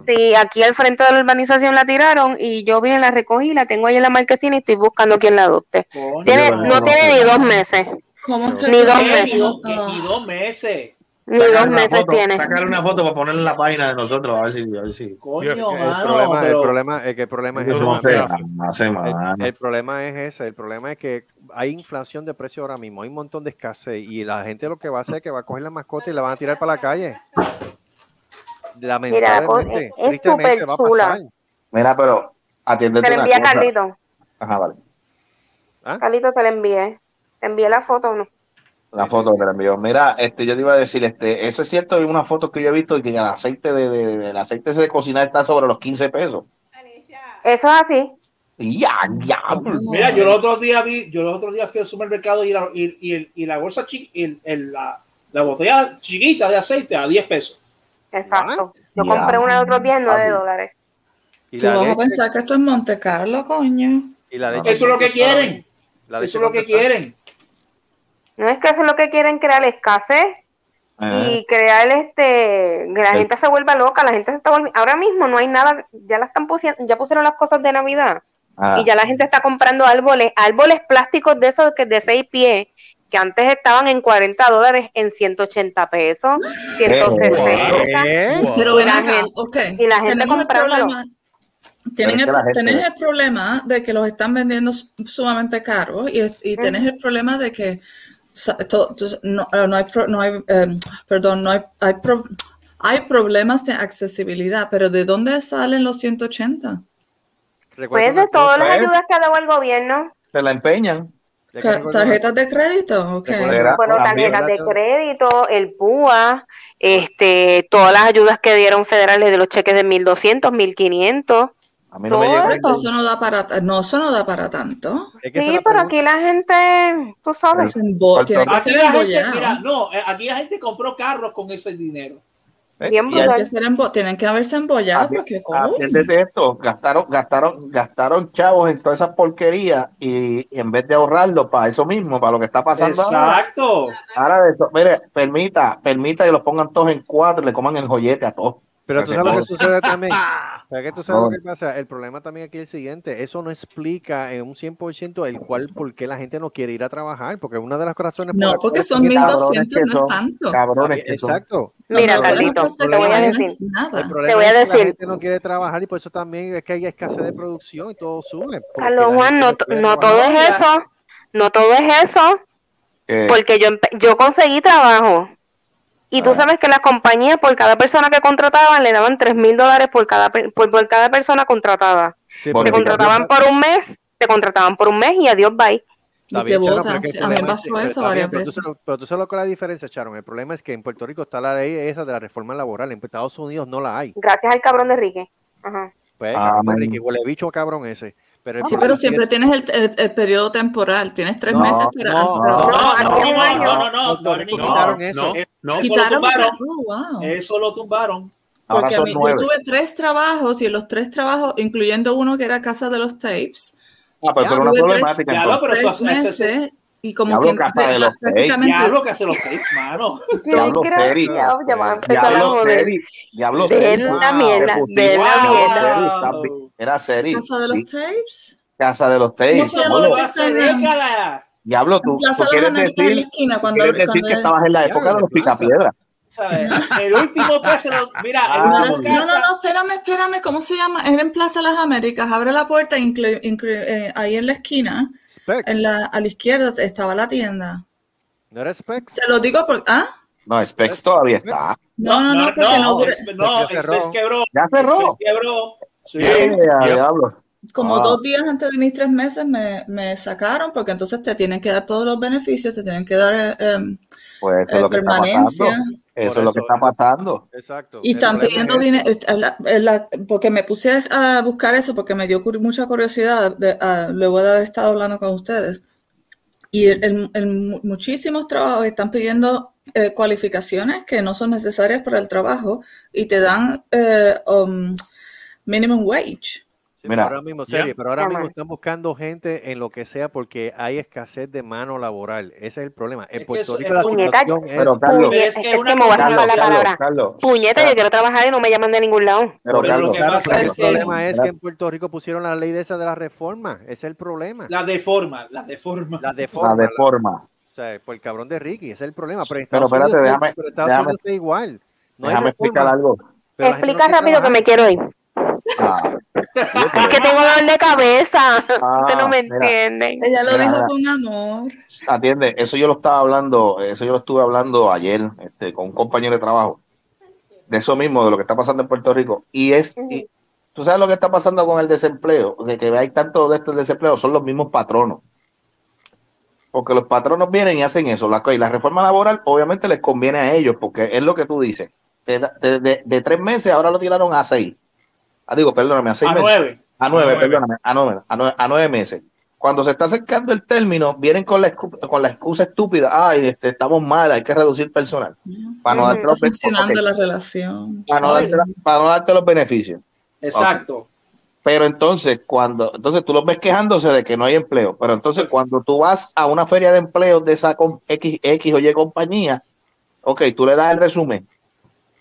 Sí, aquí al frente de la urbanización la tiraron y yo vine, la recogí, la tengo ahí en la marquesina y estoy buscando quien la adopte. Tiene-
Dios,
no
no,
tiene
no.
ni dos meses.
¿Cómo
es que Ni dos meses.
Ni dos, ni dos meses.
Ni dos meses tiene.
Sacar una foto para ponerla en la página de nosotros, a ver si. A ver si.
Coño,
El
mano,
problema,
pero-
el problema, es que el problema es
Eso
ese,
no
mami.
se hace, mano.
el, el problema es ese, el problema es que hay inflación de precios ahora mismo, hay un montón de escasez y la gente lo que va a hacer es que va a coger la mascota y la van a tirar para la calle.
Mira, la co-
Lamentablemente,
es- es
tristemente
súper
va a
chula.
pasar.
Mira, pero atiéndete
Te la
una
envía
cosa.
Carlito.
Ajá, vale. ¿Ah?
Carlito te la envié. Te envié la foto, ¿no?
La foto que te la envió. Mira, este, yo te iba a decir, este, eso es cierto, hay una foto que yo he visto que el aceite de, de- de- el aceite ese de cocinar está sobre los 15 pesos.
Eso es así.
Ya, ya.
Mira, yo los otros días vi, yo los otros días fui al supermercado y la, y, y el- y la bolsa chiquita, la, la botella chiquita de aceite a 10 pesos.
Exacto.
Ah,
Yo
Ya.
compré una el otro día en 9 dólares.
Y
Tú
la,
vas a
leche,
pensar que esto es Monte Carlo, coño.
y la leche.
Eso es lo que quieren.
La leche
Eso es lo que
contestada.
quieren.
No es que eso es lo que quieren crear escasez
Eh.
y crear este que la
Ah. Sí.
gente se vuelva loca, la gente se está volviendo, ahora mismo no hay nada, ya la están pusiendo, ya pusieron las cosas de Navidad
Ah.
y ya la gente está comprando árboles, árboles plásticos de esos que de seis pies que antes estaban en 40 dólares en 180 pesos,
Eh.
160
Pero ven
la
acá,
gente-
ok.
y la gente
Tenemos el
comprándolo.
problema, tienen
es
el,
que la gente-
tenés el problema de que los están vendiendo su- sumamente caros y, es- y tenés el problema de que sa- to- to- no, eh, no hay, pro- no hay, em, perdón, no hay, hay pro- Hay problemas de accesibilidad, pero ¿de dónde salen los 180?
Pues de todas las ayudas que ha dado el gobierno.
Se la empeñan.
Ca- ¿Tarjetas de crédito? Ok.
Bueno, tarjetas de crédito, el PUA, este, todas las ayudas que dieron federales de los cheques de 1.200, 1.500.
no
todo eso.
Eso no da para, ta- no, eso no da para tanto.
Sí, pero aquí la gente, tú sabes.
Es un bo- tiene que
Aquí
ser
la gente,
embollado.
mira, no, eh, aquí la gente compró carros con ese dinero.
Tienen que ser embo- Tienen que haberse embollado porque ¿cómo?
Atiéndete esto, gastaron, gastaron, gastaron chavos en todas esas porquerías y, y en vez de ahorrarlo para eso mismo, para lo que está pasando. ahora.
Exacto.
Ahora de eso, mire, permita, permita que los pongan todos en cuatro y le coman el joyete a todos.
Pero tú sabes lo que sucede también. ¿Sabes que tú sabes
No.
lo que pasa? El problema también aquí es el siguiente. Eso no explica en un 100% el cual por qué la gente no quiere ir a trabajar. Porque una de las razones...
No,
por las
porque
cuales-
son 1200, no es
son,
tanto.
cabrones que son.
Exacto.
Mira,
No, no,
Carlito,
el
te
problema
voy a
es-
decir.
el
problema
Te voy a
es que
decir.
La gente no quiere trabajar y por eso también es que hay escasez de producción y todo sube. porque
Carlos
la
Juan,
gente
no,
quiere
no todo
trabajar.
es eso. No todo es eso.
Eh.
Porque yo, empe- yo conseguí trabajo. Y
Ah.
tú sabes que las compañías, por cada persona que contrataban, le daban tres mil dólares por cada, per- por, por cada persona contratada.
Sí,
te
porque-
contrataban por un mes, te contrataban por un mes y adiós, bye.
Está
Y
bien,
te
Sharon,
botan,
pero es que
sí,
el
a mí me
problema
pasó
es- pero
eso
está
varias
bien, pero tú
veces.
sabes- Pero tú sabes lo que es la diferencia, Sharon. El problema es que en Puerto Rico está la ley esa de la reforma laboral. En Estados Unidos no la hay.
Gracias al cabrón de Enrique. Ajá.
Pues,
Ah,
cabrón,
man.
Ricky, huele bicho cabrón ese. Pero el
Sí,
problema
pero
es que
siempre
Ah, es-
tienes el, el- el periodo temporal, tienes tres
No,
meses para...
no,
para-
no,
No,
no,
no,
no,
no,
no,
no, no,
no,
no,
Ricky,
no,
quitaron
no,
eso.
no, no, eso lo
Quitaron
tumbaron.
oh, wow.
Eso lo tumbaron.
Ahora
Porque a
son
mí, yo
nueve.
tuve tres trabajos y en los tres trabajos, incluyendo uno que era Casa de los Tapes,
Ah, pero tú eres una
tuve tres-
problemática.
Ya,
entonces.
pero eso-
tres
eso- eso-
meses y como
Diablo,
que
Casa de los Tapes.
prácticamente
Diablo que se los tapes, mano.
Diablo Seri.
Desgraciado, ya van a empezar a
Diablo
joder.
Seri. Diablo
De
Seri.
la mierda,
Te pusiste-
de la
Diablo
mierda.
Seri, estás bien. Era Seri.
Casa de los
sí.
Tapes.
Casa de los
¿Cómo
Teis.
se llama
Bueno,
lo que está en
Diablo,
en
tú,
Plaza
tú
de
quieres
las Américas, en la
decir,
esquina?
tú
Cuando,
quieres decir
cuando
que
es-
estabas en la
Diablo,
época de
de
los
plaza.
picapiedras.
¿sabes? El último que se lo. Mira, el
Ah,
último
muy
que
bien.
No, no, no, espérame, espérame, ¿cómo se llama? Era en Plaza Las Américas, abre la puerta, inclu- inclu- eh, ahí en la esquina,
Specs.
en la, a la izquierda estaba la tienda.
No era Specs.
Te lo digo porque, ¿ah,
No, Specs todavía está.
no, no, no, porque no, duré-
es- no,
Ya cerró.
Express quebró.
Ya cerró.
Express quebró. Sí.
Ya, diablo.
como
Ah.
dos días antes de mis tres meses me, me sacaron porque entonces te tienen que dar todos los beneficios, te tienen que dar eh, em,
Pues eso
eh,
es lo que está pasando.
permanencia.
Eso
Por
es lo que
eso,
está pasando.
Exacto.
Y
El
están
problema
pidiendo
es
dinero, eh, porque me puse a buscar eso, porque me dio cur- mucha curiosidad de- a- luego de haber estado hablando con ustedes. Y el- el- el mu- muchísimos trabajos están pidiendo eh, cualificaciones que no son necesarias para el trabajo y te dan eh, um, minimum wage.
Sí,
Mira.
pero ahora mismo,
Ya.
serie, pero ahora
Ya,
mismo
man.
están buscando gente en lo que sea porque hay escasez de mano laboral. Ese es el problema. En
que
Puerto
eso-
Rico Pues, la
puñeta,
situación es.
Pero Carlos,
Puñe-
es
es
que
que,
una
me vas a
Carlos,
bajar la
Carlos,
palabra.
Carlos.
Puñeta, yo
Espera,
quiero trabajar y no me llaman de ningún lado.
Pero
Pero lo
Carlos,
que
Claro,
pasa
pero
es
el
que-
problema es que
espérate.
en Puerto Rico pusieron la ley de esa de la reforma. Ese es el problema.
La deforma, la deforma.
La de
la
forma.
Ah, de
la-
forma.
o sea, por el cabrón de Ricky. Ese es el problema. Pero en
Pero
Estados
espérate,
Unidos,
déjame-
pero en Estados
déjame-
Unidos es igual. No hay
Déjame explicar
reforma.
algo.
Pero la gente no
Explica
quiere
rápido que me
trabajar.
quiero ir.
Ah,
Es que tengo dolor de cabeza. Ustedes no me
Ah, mira.
entienden.
Ella lo
Mira,
dijo
mira.
con amor.
Atiende, eso yo lo estaba hablando, eso yo lo estuve hablando ayer este, con un compañero de trabajo, de eso mismo, de lo que está pasando en Puerto Rico. Y es, y- tú sabes lo que está pasando con el desempleo, de que hay tanto de estos desempleos, son los mismos patronos. Porque los patronos vienen y hacen eso. La, co- y la reforma laboral obviamente les conviene a ellos, porque es lo que tú dices. De, de- de- de tres meses ahora lo tiraron a seis. Ah, digo, perdóname, a seis
A
meses.
nueve.
A nueve,
nueve.
perdóname, a nueve, a nueve, a nueve meses. Cuando se está acercando el término, vienen con la, excu- con la excusa estúpida, ay, este, estamos mal, hay que reducir personal. Para no
Ujú.
darte
Está
los, ben- ok,
funcionando la relación.
para no
Ay,
darte la- para no darte los beneficios.
Exacto.
Pero entonces, cuando, entonces tú los ves quejándose de que no hay empleo, pero entonces cuando tú vas a una feria de empleo de esa com- X, X o Y compañía, ok, tú le das el resumen.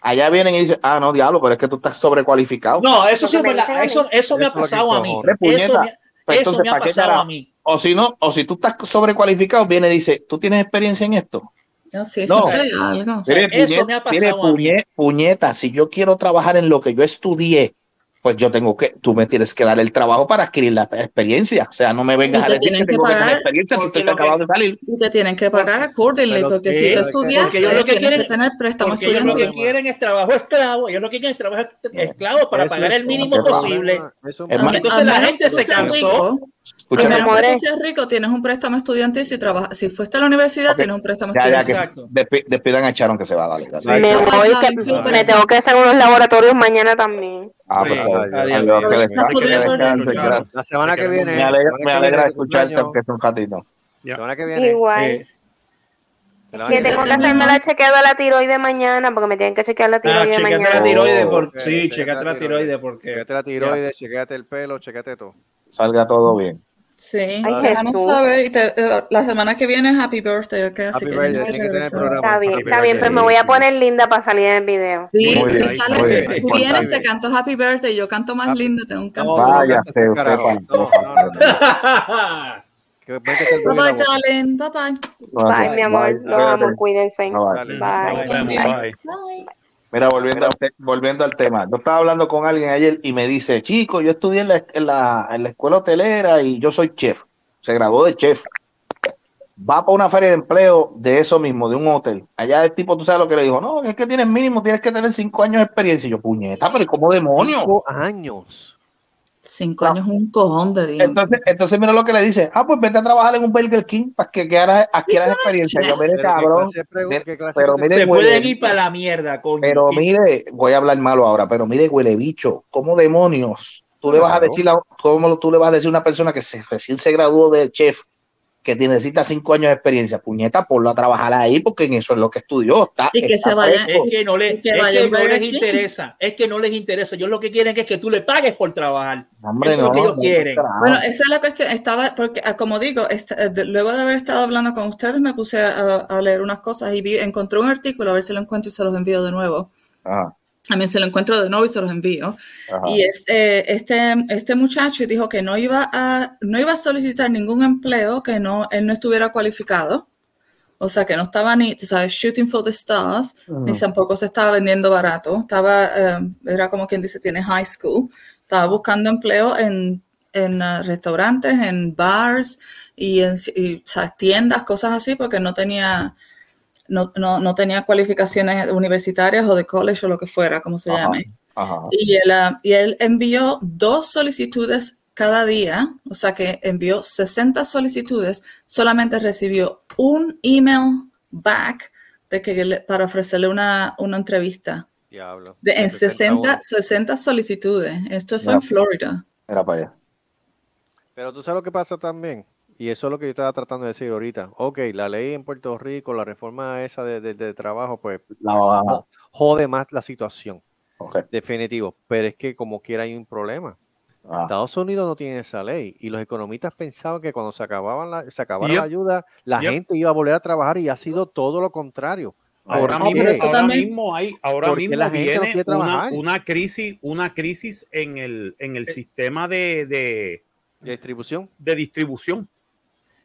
Allá vienen y dicen, ah, no, diablo, pero es que tú estás sobrecualificado.
No, eso sí es
Porque me dicen
verdad.
a
Eso,
mí.
eso me ha
Eso es lo que
pasado a mí.
encojona.
Eso
Puñeta.
me,
Pues
eso me
entonces,
ha
¿para qué
pasado a
carajo?
mí.
O si no, o si tú estás sobrecualificado, viene y dice, ¿tú tienes experiencia en esto?
No, sí, eso
No.
es legal, no.
sea,
Mire,
eso
puñe-
me ha
mire,
pasado a mí.
puñe- puñeta, si yo quiero trabajar en lo que yo estudié, pues yo tengo que, tú me tienes que dar el trabajo para adquirir la experiencia. O sea, no me vengas
Y
a
te
decir
tienen
Pues que
que
tengo que
pagar
tener experiencia si
porque
estoy
lo que-
acabado de salir.
Y te tienen que pagar accordingly,
Pero
porque
sí,
si tú
porque-
estudiaste,
porque ellos lo que
tienes
quieren-
que tener préstamo
Porque ellos lo que
estudiantil.
quieren es trabajo esclavo, ellos lo que quieren es trabajo esclavo para
Eso
pagar
es
el mínimo
otro
posible.
Eso
A menos-
Entonces
a
la
menos
gente
que
se
tú seas
cansó.
rico,
Escucha,
a menos que
More.
tú seas rico, tienes un préstamo estudiantil. Si trabajas, si fuiste a la universidad, tienes un préstamo
Ya, ya,
estudiantil.
que despi- despidan a Charon que se va, dale. dale.
Sí. Me
voy, que me tengo que hacer unos laboratorios mañana también.
Ah,
Sí.
pues,
Adiós,
adiós,
adiós.
que
Está
descanse,
pudriendo
que
el
descanse,
niño,
gracias.
Charon. La semana que viene-
Me alegra,
la semana
me
que
alegra
viene tu
escucharte,
cumpleaños.
aunque sea un ratito.
La semana que viene.
Igual.
Eh, la semana
Que tengo que hacerme la chequeada de la tiroides mañana, porque me tienen que chequear la
Ah,
tiroides
chequeate
mañana.
la tiroides, por-
Oh, ok,
sí,
chequeate
chequeate
la
la tiroides porque.
Chequéate la tiroides, chequéate el pelo, chequéate todo.
Salga todo bien.
Sí,
Ay,
déjanos
Jesús.
saber. Y te- eh, la semana que viene, happy birthday, ¿ok? Así
Happy
que
birthday,
déjame
tiene que tener
regresar.
programa.
Está bien,
Happy
está bien, pues me
birthday.
voy a poner linda para salir en el video.
Sí,
Muy
si
bien,
sales,
muy
tú-
bien,
tú vienes, te
importante.
canto happy birthday. Yo canto más lindo, tengo un canto.
Vaya, usted, usted,
carajo.
pan.
Que vete que el
Bye
ruido
bye,
de la boca.
darling. Bye bye.
Bye, mi amor,
Bye,
los
cuídate.
amo, cuídense.
Bye,
Bye.
Mira, volviendo, al, te- volviendo al tema, yo estaba hablando con alguien ayer y me dice, chico, yo estudié en la, en la- en la escuela hotelera y yo soy chef. Se graduó de chef. Va para una feria de empleo de eso mismo, de un hotel. Allá el tipo, tú sabes lo que le dijo, no, es que tienes mínimo, tienes que tener cinco años de experiencia. Y yo, puñeta, pero ¿y ¿cómo demonios?
Cinco años.
Cinco años es un cojón de dinero.
Entonces, entonces mira lo que le dice, ah, pues vete a trabajar en un Burger King para que quieras, adquieras
Eso no es
experiencia. Y yo,
chef.
mire,
Pero qué
cabrón,
clase de pregu-
mire,
qué clase
pero
de-
mire,
Se pueden
huele-
ir para la mierda, coño.
Pero
Y-
mire, voy a hablar malo ahora, pero mire, huele bicho, ¿cómo demonios? Tú le vas a
Claro.
decir a, cómo tú le vas a decir a una persona que se, recién se graduó de chef que tiene- necesita cinco años de experiencia, puñeta, ponlo a trabajar ahí, porque en eso es lo que estudió, está,
Y que
está
se vaya-
fresco.
Es que no, le-
Y que
es
vayan
que no
Burger
les
King.
interesa, es que no les interesa. Ellos lo que quieren es que tú le pagues por trabajar.
Hombre,
Eso es lo que
no,
ellos
no,
quieren.
carajo.
Bueno, eh, esa es la cuestión. Estaba, porque ah, como digo, est- eh, de- luego de haber estado hablando con ustedes, me puse a, a leer unas cosas y vi, encontré un artículo, a ver si lo encuentro y se los envío de nuevo.
Ajá,
También se lo encuentro de nuevo y se los envío.
ajá.
Y es, eh, este, este muchacho dijo que no iba, a, no iba a solicitar ningún empleo que no, él no estuviera cualificado. O sea, que no estaba ni, tú sabes, shooting for the stars, ni
Ujú.
tampoco se estaba vendiendo barato. Estaba, eh, era como quien dice, tiene high school. Estaba buscando empleo en, en eh, restaurantes, en bars y en y, ¿sabes? tiendas, cosas así, porque no tenía, no, no, no tenía cualificaciones universitarias o de college o lo que fuera, como se
Ajá,
llame.
ajá.
Y él, ah, y él envió dos solicitudes cada día, o sea que envió 60 solicitudes, solamente recibió un email back de que le- para ofrecerle una, una entrevista.
Diablo.
De, en 60,
horas.
60 solicitudes. Esto fue
Mira,
en Florida.
mira para allá.
Pero tú sabes lo que pasa también, y eso es lo que yo estaba tratando de decir ahorita. Ok, la ley en Puerto Rico, la reforma esa de, de- de trabajo, pues
La baja.
jo- jode más la situación,
Ok.
definitivo. Pero es que como quiera hay un problema.
Ah.
Estados Unidos no tiene esa ley y los economistas pensaban que cuando se acababan la, se acabara
Yep.
la ayuda, la
Yep.
gente iba a volver a trabajar y ha sido todo lo contrario.
Ahora
¿Por
Ah, pero
mismo,
qué?
eso
ahora
también-
mismo hay, ahora
¿Por qué
mismo
la gente no
viene
quiere
una,
trabajar? Eh.
una crisis, una crisis en el, en el sistema de, de,
¿De distribución?
de distribución.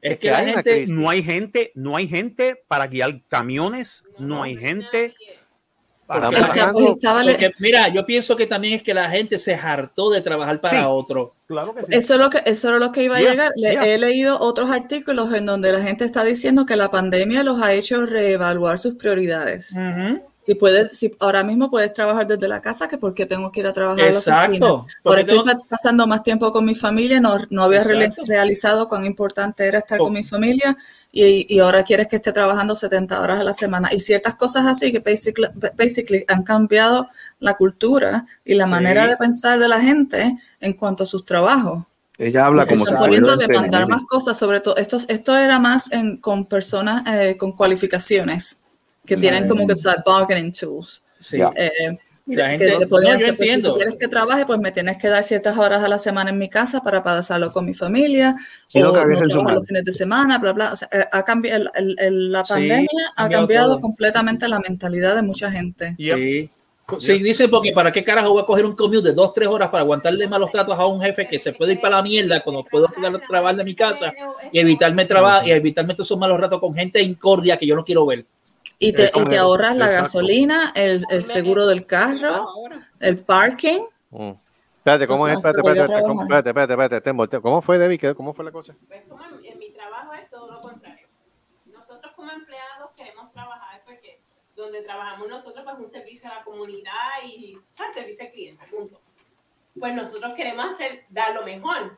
Es
Es
que
que
la
hay una
gente.
crisis.
No hay gente, no hay gente para guiar camiones, no, hay gente para
Porque-
Estamos
Hasta, pues,
hablando-
estaba le-
Porque, mira, yo pienso que también es que la gente se hartó de trabajar para
Sí.
otro.
Claro que sí.
Eso es lo que, eso era lo que iba a
Yeah,
llegar. Le-
yeah.
He leído otros artículos en donde la gente está diciendo que la pandemia los ha hecho reevaluar sus prioridades. Y puedes, si ahora mismo puedes trabajar desde la casa, que por qué tengo que ir a trabajar a la oficina.
Exacto.
Ahora
Porque
estoy
tengo-
pas- pasando más tiempo con mi familia, no, no había rele-
Exacto.
realizado cuán importante era estar
Po-
con mi familia y, y ahora quieres que esté trabajando 70 horas a la semana. Y ciertas cosas así que basically, basically han cambiado la cultura y la manera
Sí.
de pensar de la gente en cuanto a sus trabajos.
Ella habla
Se
como si
están
estuviera
poniendo a
en
Pues demandar
Tenerife.
más cosas, sobre todo esto, esto era más en, con personas eh, con cualificaciones que tienen como que
Mm,
¿sabes? bargaining tools.
Sí.
ya.
eh,
Y la
que
gente.
se
No,
podían
yo
hacer, pues, si tú
entiendo.
quieres que trabaje, pues me tienes que dar ciertas horas a la semana en mi casa para pasarlo con mi familia,
Y no
o
cagues
no
en su
trabajo
madre.
los fines de semana, bla, bla. O sea, eh, ha cambi- el- el- el- la
Sí,
pandemia
ha
ha
cambiado
cambiado
todo.
completamente la mentalidad de mucha gente.
Sí. Sí, dice porque para qué carajo voy a coger un commute de dos, tres horas para aguantarle malos tratos a un jefe que se puede ir para la mierda cuando puedo quedar- trabajar de mi casa y evitarme trabajo y evitarme todos esos malos ratos con gente incordia que yo no quiero ver.
Y te,
Es
y
como-
te ahorras la
exacto.
gasolina, el, el seguro del carro, el parking.
Mm. Espérate, ¿cómo es?
Entonces, voy a
Espérate, espérate, ¿cómo-
trabajar.
espérate, espérate, espérate, te envolteo. ¿Cómo fue, Debbie? ¿Qué- ¿Cómo fue la cosa?
Pues, como en, en mi trabajo es todo lo contrario. Nosotros como empleados queremos trabajar porque donde trabajamos nosotros pues un servicio a la comunidad y ah, servicio al cliente, punto. Pues nosotros queremos hacer, dar lo mejor.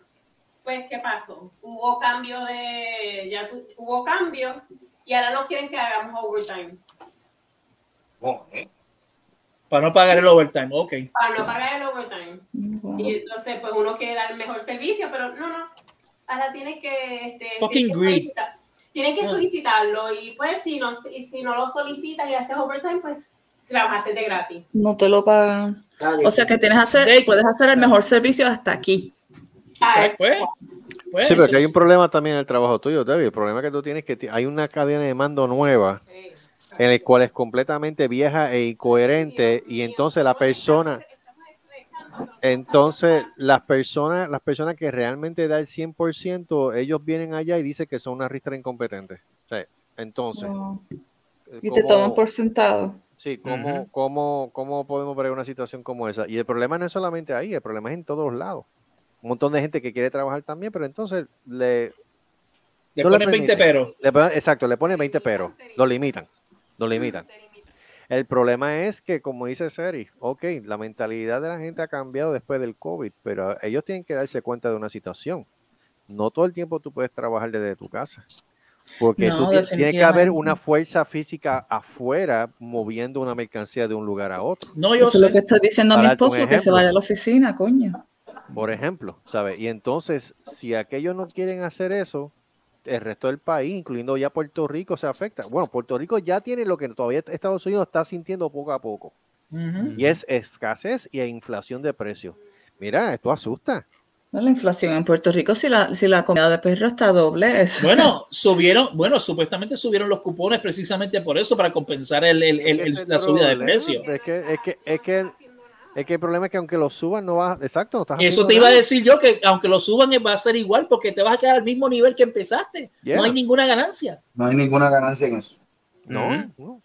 Pues, ¿qué pasó? Hubo cambio de, ya tu- hubo cambio y ahora nos quieren que hagamos overtime.
Para no pagar el overtime, ok.
para no pagar el overtime. Y entonces, pues uno quiere dar el mejor servicio, pero no, no. Ahora tienen que. Este,
Fucking
tienen que
greed.
solicitar- Tienen que
Ah.
solicitarlo y pues si no, y si no lo solicitas y haces overtime, pues trabajaste de gratis.
No te lo pagan. O sea que tienes que hacer, puedes hacer el mejor servicio hasta aquí.
sí, pero que hay un problema también en el trabajo tuyo, Debbie. El problema que tú tienes es que ti- hay una cadena de mando nueva en el cual es completamente vieja e incoherente y entonces la persona entonces las personas las personas que realmente da el 100% ellos vienen allá y dicen que son una ristra incompetente O sea, entonces
No.
eh,
Y te
¿cómo-
toman por sentado.
Sí, ¿cómo, cómo, ¿cómo podemos ver una situación como esa? Y el problema no es solamente ahí, el problema es en todos lados. Un montón de gente que quiere trabajar también, pero entonces le...
Le
no
ponen 20
permiten.
pero.
Le pon- exacto, le ponen 20 pero. Lo limitan, lo limitan. El problema es que, como dice Seri, ok, la mentalidad de la gente ha cambiado después del COVID, pero ellos tienen que darse cuenta de una situación. No todo el tiempo tú puedes trabajar desde tu casa. Porque
No,
tú ti- tiene que haber
definitivamente.
una fuerza física afuera moviendo una mercancía de un lugar a otro.
No,
Eso es lo que está diciendo mi
Para darte un
esposo, que se
ejemplo,
vaya a la oficina, coño.
Por ejemplo, ¿sabes? Y entonces, si aquellos no quieren hacer eso, el resto del país, incluyendo ya Puerto Rico, se afecta. Bueno, Puerto Rico ya tiene lo que todavía Estados Unidos está sintiendo poco a poco. Y es escasez y inflación de precios. Mira, esto asusta.
No, la inflación en Puerto Rico, si la, si la comida de perro está doble. es-
Bueno, subieron, bueno, supuestamente subieron los cupones precisamente por eso, para compensar el, el- el- el-
Ese es
la
el
subida de
problema.
precio.
Es que, es que, es que, es que el problema es que aunque lo suban, no va. Exacto, no estás
Eso
haciendo
te iba a
nada.
decir yo, que aunque lo suban eh, va a ser igual, porque te vas a quedar al mismo nivel que empezaste.
Yeah.
No hay ninguna ganancia.
No hay ninguna ganancia en eso.
No, no.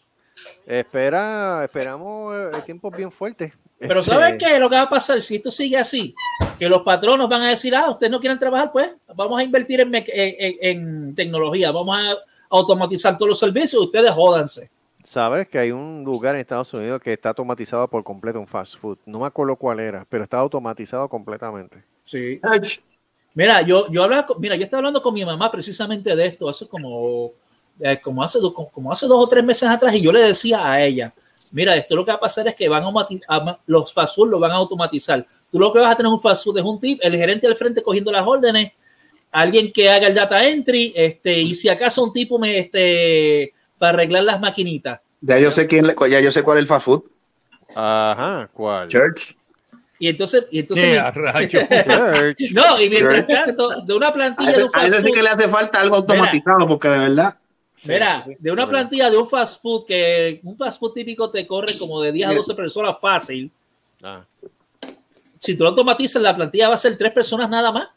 Espera, esperamos eh, tiempos bien fuertes.
Pero
Este,
¿sabes qué? Lo que va a pasar si esto sigue así, que los patronos van a decir, ah, ustedes no quieren trabajar, pues vamos a invertir en, mec- en- en- en tecnología, vamos a automatizar todos los servicios, ustedes jódanse.
Sabes que hay un lugar en Estados Unidos que está automatizado por completo, un fast food. No me acuerdo cuál era, pero está automatizado completamente.
Sí. Mira, yo, yo hablaba, con- mira, yo estaba hablando con mi mamá precisamente de esto hace como, eh, como, hace, do- como, como hace dos o tres meses atrás y yo le decía a ella, mira, esto lo que va a pasar es que van a automati- a ma- los fast food lo van a automatizar. Tú lo que vas a tener es un fast food es un tip, el gerente al frente cogiendo las órdenes, alguien que haga el data entry, este, y si acaso un tipo me, este, para arreglar las maquinitas.
Ya yo sé quién le, ya yo sé cuál es el fast food.
Ajá, ¿cuál?
Church.
Y entonces, y entonces
Yeah, rayo. Church.
no, y mientras
Church.
tanto, de una
A
plantilla de
ese,
un
a
fast
ese sí
food-
que le hace falta algo
Mira.
automatizado, porque de verdad.
Mira, de una plantilla de un fast food que un fast food típico te corre como de 10 a
Mira.
12 personas fácil.
Ah.
Si tú lo automatizas, la plantilla va a ser tres personas nada más.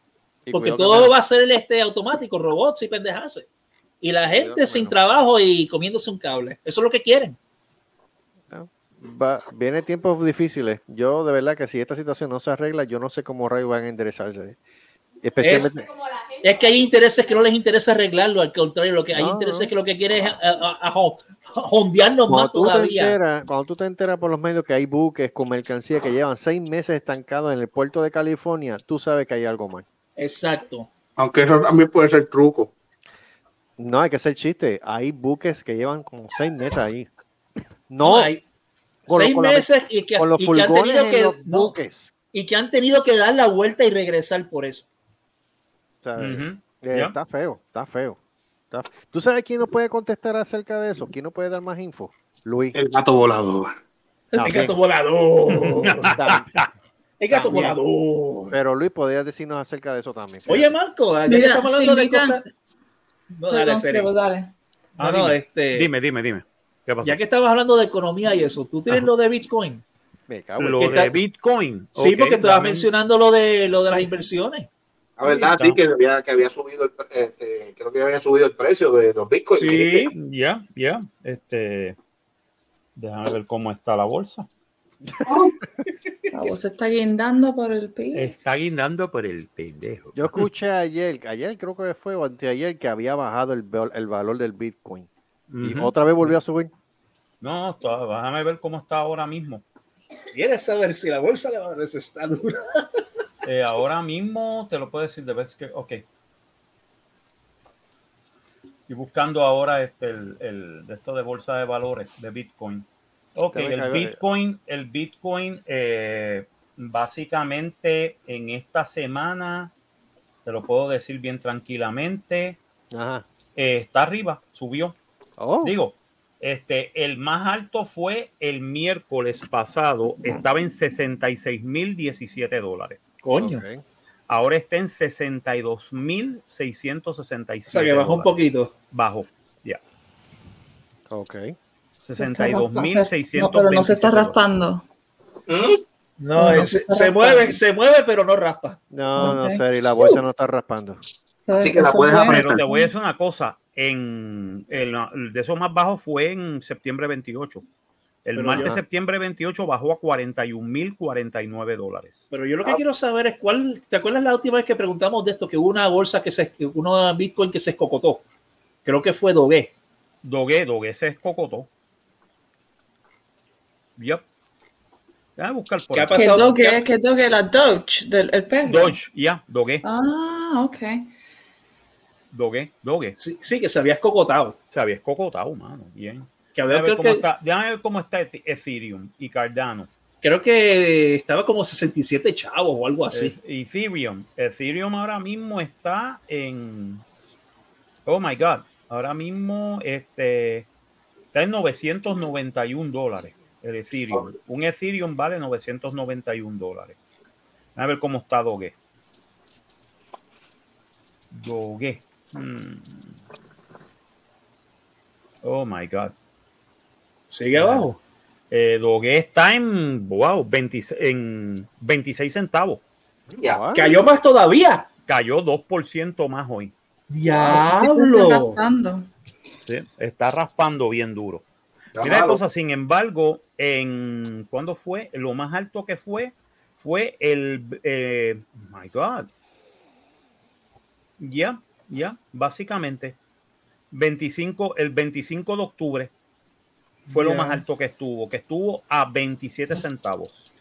Y
Porque
cuidado que
todo
me-
va a ser este automático, robots y pendejarse. Y la gente
que
sin trabajo y comiéndose un cable. Eso es lo que quieren.
Va- viene tiempos difíciles. Yo de verdad que si esta situación no se arregla, yo no sé cómo rayos van a enderezarse.
Es,
Especialmente,
es que hay intereses que no les interesa arreglarlo, al contrario, lo que hay
No,
intereses
no.
que lo que quieren es a- a- a- jo- jondearnos
cuando
más
tú, te
todavía.
enteras, cuando tú te enteras por los medios que hay buques con mercancía que llevan seis meses estancados en el puerto de California, tú sabes que hay algo mal.
Exacto.
Aunque eso también puede ser truco.
No, hay que hacer chiste. Hay buques que llevan como seis meses ahí. No,
hay
con lo-
seis
con la-
meses y que,
con los
y que han
furgones
tenido
en
que
los
no,
buques.
y que han tenido que dar la vuelta y regresar por eso.
¿sabes?
Ujú,
Eh,
ya.
Está feo, está feo. está- ¿Tú sabes quién nos puede contestar acerca de eso? ¿Quién nos puede dar más info? Luis.
El gato volador.
También.
El gato volador.
También.
El gato
También.
volador.
Pero Luis, podrías decirnos acerca de eso también.
Oye, Marco, ya que
Mira,
estamos hablando de
Silvita.
cosas. No, dale,
Perdón,
Fere.
Sebo, dale.
No, no,
dime.
este,
Dime, dime, dime. ¿Qué pasó?
ya que estabas hablando de economía y eso, tú tienes lo de Bitcoin.
Me cago en-
Lo
que
de
está-
Bitcoin.
Sí,
Ok,
porque tú estabas
dame-
mencionando lo de, lo de las inversiones.
La verdad, sí que había, que había subido el, pre- este, creo que había subido el precio de los bitcoins.
Sí.
Este, Ya, ya. Este, déjame ver cómo está la bolsa.
La voz se está guindando por el piso.
Está guindando por el pendejo.
Yo escuché ayer, ayer creo que fue o anteayer que había bajado el, val- el valor del Bitcoin. Y
Ujú.
otra vez volvió a subir.
No, to- déjame ver cómo está ahora mismo.
¿Quieres saber si la bolsa de valores está dura?
Eh, ahora mismo te lo puedo decir de vez que. Ok. Estoy buscando ahora este, el, el- de esto de bolsa de valores de Bitcoin. Ok,
Te voy a
el
caer.
Bitcoin, el Bitcoin eh, básicamente en esta semana, te lo puedo decir bien tranquilamente, eh, está arriba, subió. Digo, este, el más alto fue el miércoles pasado, estaba en 66.017 dólares.
Coño.
Ok.
Ahora está en 62.667.
O sea, que bajó un poquito.
Bajo, ya.
Ok.
62.600.
No, pero no se está raspando.
No,
No,
es-
está
se
raspando.
mueve, se mueve, pero no raspa.
No, no
Ok.
sé, y la bolsa no está raspando.
Así que la puedes Pero te voy a decir una cosa. En, en la- de esos más bajos fue en septiembre 28. El
Pero
martes
ya.
septiembre 28 bajó a 41.049 dólares.
Pero yo lo
Ah.
que quiero saber es cuál. ¿Te acuerdas la última vez que preguntamos de esto? Que hubo una bolsa que se. que Una Bitcoin que se escocotó. Creo que fue Doge.
Doge, Doge se escocotó. Yep. Déjame buscar por
¿Qué ha
acá.
¿Qué doge? ¿Qué doge? La Doge, del, el perro.
Doge, ya, Doge,
Ah, ok.
Doge, Doge.
Sí, que se había escocotado.
Se había escocotado, mano. Bien.
Que había-
déjame,
creo
ver cómo
que-
está, déjame ver cómo está Ethi- Ethereum y Cardano.
Creo que estaba como 67 chavos o algo así.
Eh, Ethereum. Ethereum ahora mismo está en. Oh my God. Ahora mismo este, está en 991 dólares el Ethereum. Un Ethereum vale 991 dólares. A ver cómo está Doge. Doge. Mm. Oh my God.
Sigue abajo.
Eh, Doge está en, wow, 20 en 26 centavos.
Ya.
Cayó más todavía.
Cayó 2% más hoy.
Está
Diablo.
raspando.
Sí, Está raspando bien duro.
Está
Mira la
malo.
cosa, sin embargo, en cuando fue lo más alto que fue fue el eh, my God. Ya, ya, básicamente 25 el 25 de octubre fue lo
Ya.
más alto que estuvo, que estuvo a 27 centavos.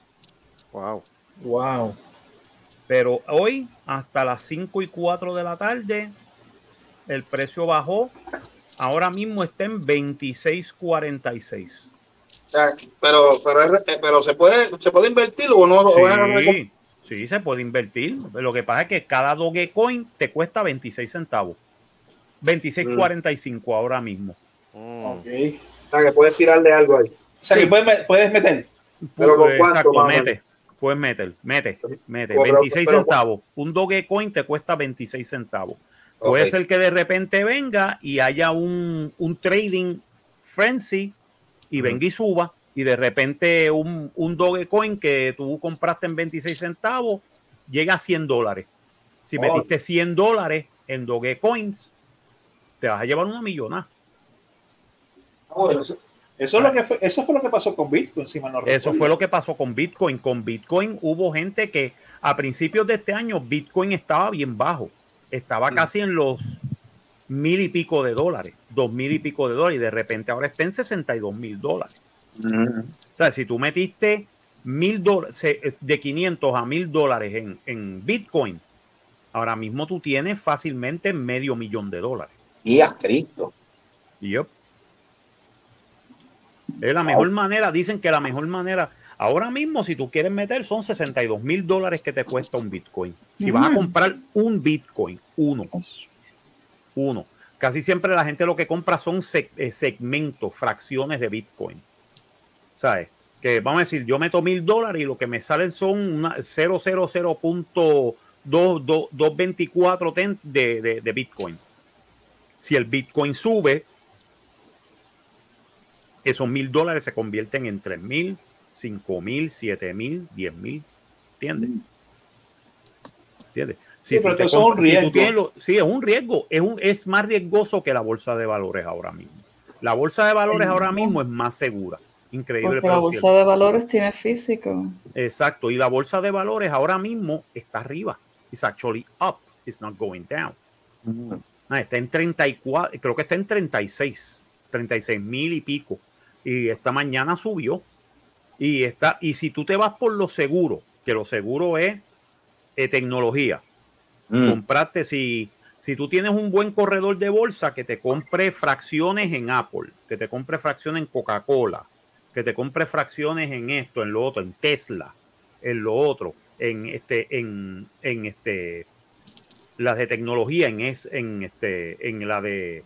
Wow.
Wow.
Pero hoy, hasta las 5 y 4 de la tarde, el precio bajó. Ahora mismo está en 26.46.
O sea, Pero, pero, es- eh, pero se puede, se puede invertir o no. o es-
Sí, sí, se puede invertir. Lo que pasa es que cada Dogecoin te cuesta 26 centavos. 26.45 ahora mismo.
Ok. O sea, que puedes tirarle algo ahí.
O sea, que puedes, me- puedes meter.
Pero con
Pues,
cuánto,
Exacto,
más o
mete. Puedes meter, mete, mete.
Pero-
26
pero-
centavos. Un Dogecoin te cuesta 26 centavos. Puede
Ok.
ser que de repente venga y haya un, un trading frenzy y venga y suba. Y de repente un, un Dogecoin que tú compraste en 26 centavos llega a 100 dólares. Si
Oh.
metiste 100 dólares en Dogecoins, te vas a llevar una millonada.
Pero eso, eso es lo que fue, eso fue lo que pasó con Bitcoin, si mal no
Ah. Eso
recuerdo.
fue lo que pasó con Bitcoin. Con Bitcoin hubo gente que a principios de este año Bitcoin estaba bien bajo. Estaba casi en los mil y pico de dólares, dos mil y pico de dólares, y de repente ahora está en 62 mil dólares. O sea, si tú metiste mil dólares, se- eh, de 500 a mil dólares en, en Bitcoin, ahora mismo tú tienes fácilmente medio millón de dólares.
Y a Cristo.
Yep. Es la mejor manera, dicen que la mejor manera. Ahora mismo, si tú quieres meter, son 62 mil dólares que te cuesta un Bitcoin. Si vas a
Ujú.
comprar un Bitcoin, uno, uno. Casi siempre la gente lo que compra son seg- eh, segmentos, fracciones de Bitcoin. ¿Sabes? Que vamos a decir, yo meto mil dólares y lo que me salen son una 0.224 ten- de, de, de Bitcoin. Si el Bitcoin sube, esos mil dólares se convierten en tres mil, cinco mil, siete mil, diez mil. ¿Entiendes? ¿Entiendes?
Mm. Sí, pero
te
eso es un
compras- si tú
riesgo.
tienes lo- sí, es un riesgo. Es, un, es más riesgoso que la bolsa de valores ahora mismo. La bolsa de valores ahora mismo es más segura. Increíble.
Porque la
pero
bolsa
cierto.
de valores tiene físico.
Exacto. Y la bolsa de valores ahora mismo está arriba. It's actually up. It's not going down.
Mm,
Ah, está en 34, creo que está en 36, 36 mil y pico. Y esta mañana subió. Y, está, y si tú te vas por lo seguro, que lo seguro es eh, tecnología. Compraste, si, si tú tienes un buen corredor de bolsa, que te compre fracciones en Apple, que te compre fracciones en Coca-Cola, que te compre fracciones en esto, en lo otro, en Tesla, en lo otro, en este, en, en este, las de tecnología, en es, en este, en la de,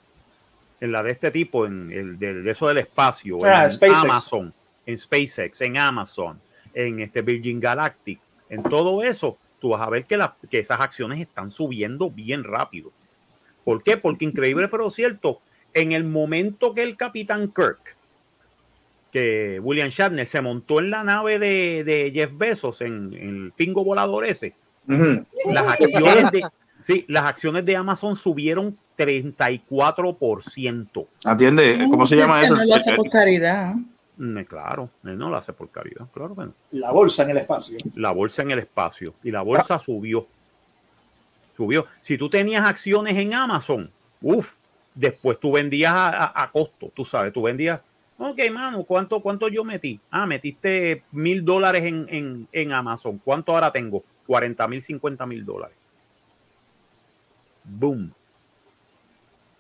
en la de este tipo, en el del- de eso del espacio,
Ah,
en
SpaceX.
Amazon, en SpaceX, en Amazon, en este Virgin Galactic, en todo eso, tú vas a ver que, la- que esas acciones están subiendo bien rápido. ¿Por qué? Porque increíble, pero cierto, en el momento que el Capitán Kirk, que William Shatner se montó en la nave de, de Jeff Bezos, en, en el pingo volador ese, las acciones de, sí, las acciones de Amazon subieron 34%.
Atiende, ¿cómo se llama
Que
eso? Eh,
No lo hace por caridad.
Mm, Claro, él no lo hace por caridad, claro que no.
La bolsa en el espacio.
la bolsa en el espacio y la bolsa subió. Subió. Si tú tenías acciones en Amazon, uff, después tú vendías a, a- a costo, tú sabes, tú vendías, ok, mano, ¿cuánto, cuánto yo metí? Ah, metiste mil dólares en, en- en Amazon. ¿Cuánto ahora tengo? 40 mil, 50 mil dólares. Boom.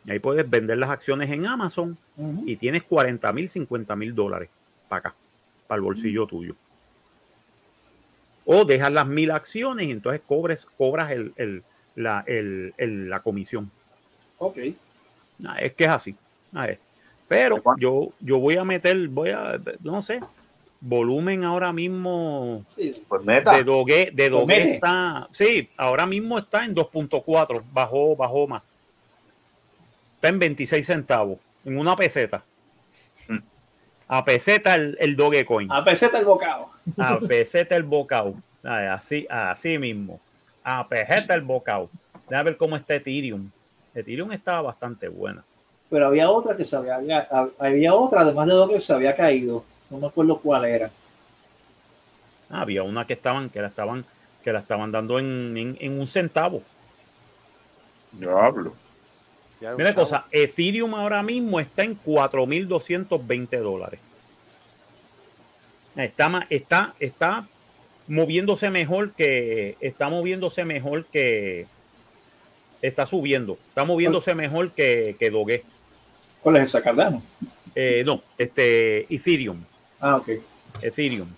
Ahí puedes vender las acciones en Amazon
Ujú.
y tienes 40 mil, 50 mil dólares para acá, para el bolsillo tuyo o dejas las mil acciones y entonces cobres, cobras el, el- la, el- el- la comisión.
Ok.
Ah, es que es así. Ah, es. Pero yo, yo voy a meter, voy a, no sé, volumen ahora mismo
Sí.
Pues
de
neta.
Doge, de
Lo
Doge
mete.
está, sí, ahora mismo está en 2.4, bajó, bajó más. Está en 26 centavos, en una peseta. A peseta el, el Dogecoin.
Mm. A peseta el bocado.
A peseta el bocao. Ay, Así, así mismo. A peseta el bocao. Déjame ver cómo está Ethereum. Ethereum estaba bastante buena.
Pero había otra que se había, ha- había otra, además de dos que se había caído. No me acuerdo cuál era.
Ah, había una que estaban, que la estaban, que la estaban dando en, en- en un centavo.
Yo hablo.
Ya,
Mira
chavo.
cosa, Ethereum ahora mismo está en 4.220 dólares. Está, ma- está, está moviéndose mejor que, está moviéndose mejor que, está subiendo, está moviéndose mejor que, que Doge.
¿Cuál es esa? Cardano.
Eh, no, este Ethereum.
Ah, ok.
Ethereum.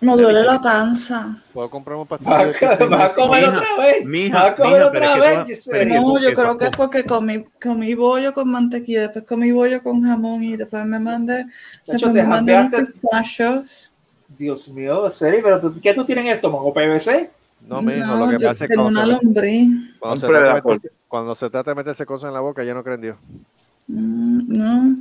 Me duele la panza.
Puedo comprar un pastel.
Vas
de
a,
chicken
vas a
whisky?
comer
Mija,
otra vez.
mija,
vas a comer
mija, pero es
otra
que
vez,
toda-
Giselle.
pero es que-
No, yo
porque
creo que es
tampoco-
porque comí, comí bollo con mantequilla, después comí bollo con jamón y después me mandé,
Chacho,
después
te
me mandé unos
janteaste.
pistachos.
Dios mío, serio, pero tú- ¿qué tú tienes en el estómago? ¿PVC?
No, mijo, lo que
yo
pasa es que
tengo
cuando
una
se,
lombriz.
cuando se
Compra
trata de
la
meterse- cuando se trata de meterse cosas en la boca, ya no creen en Dios.
Mm, No.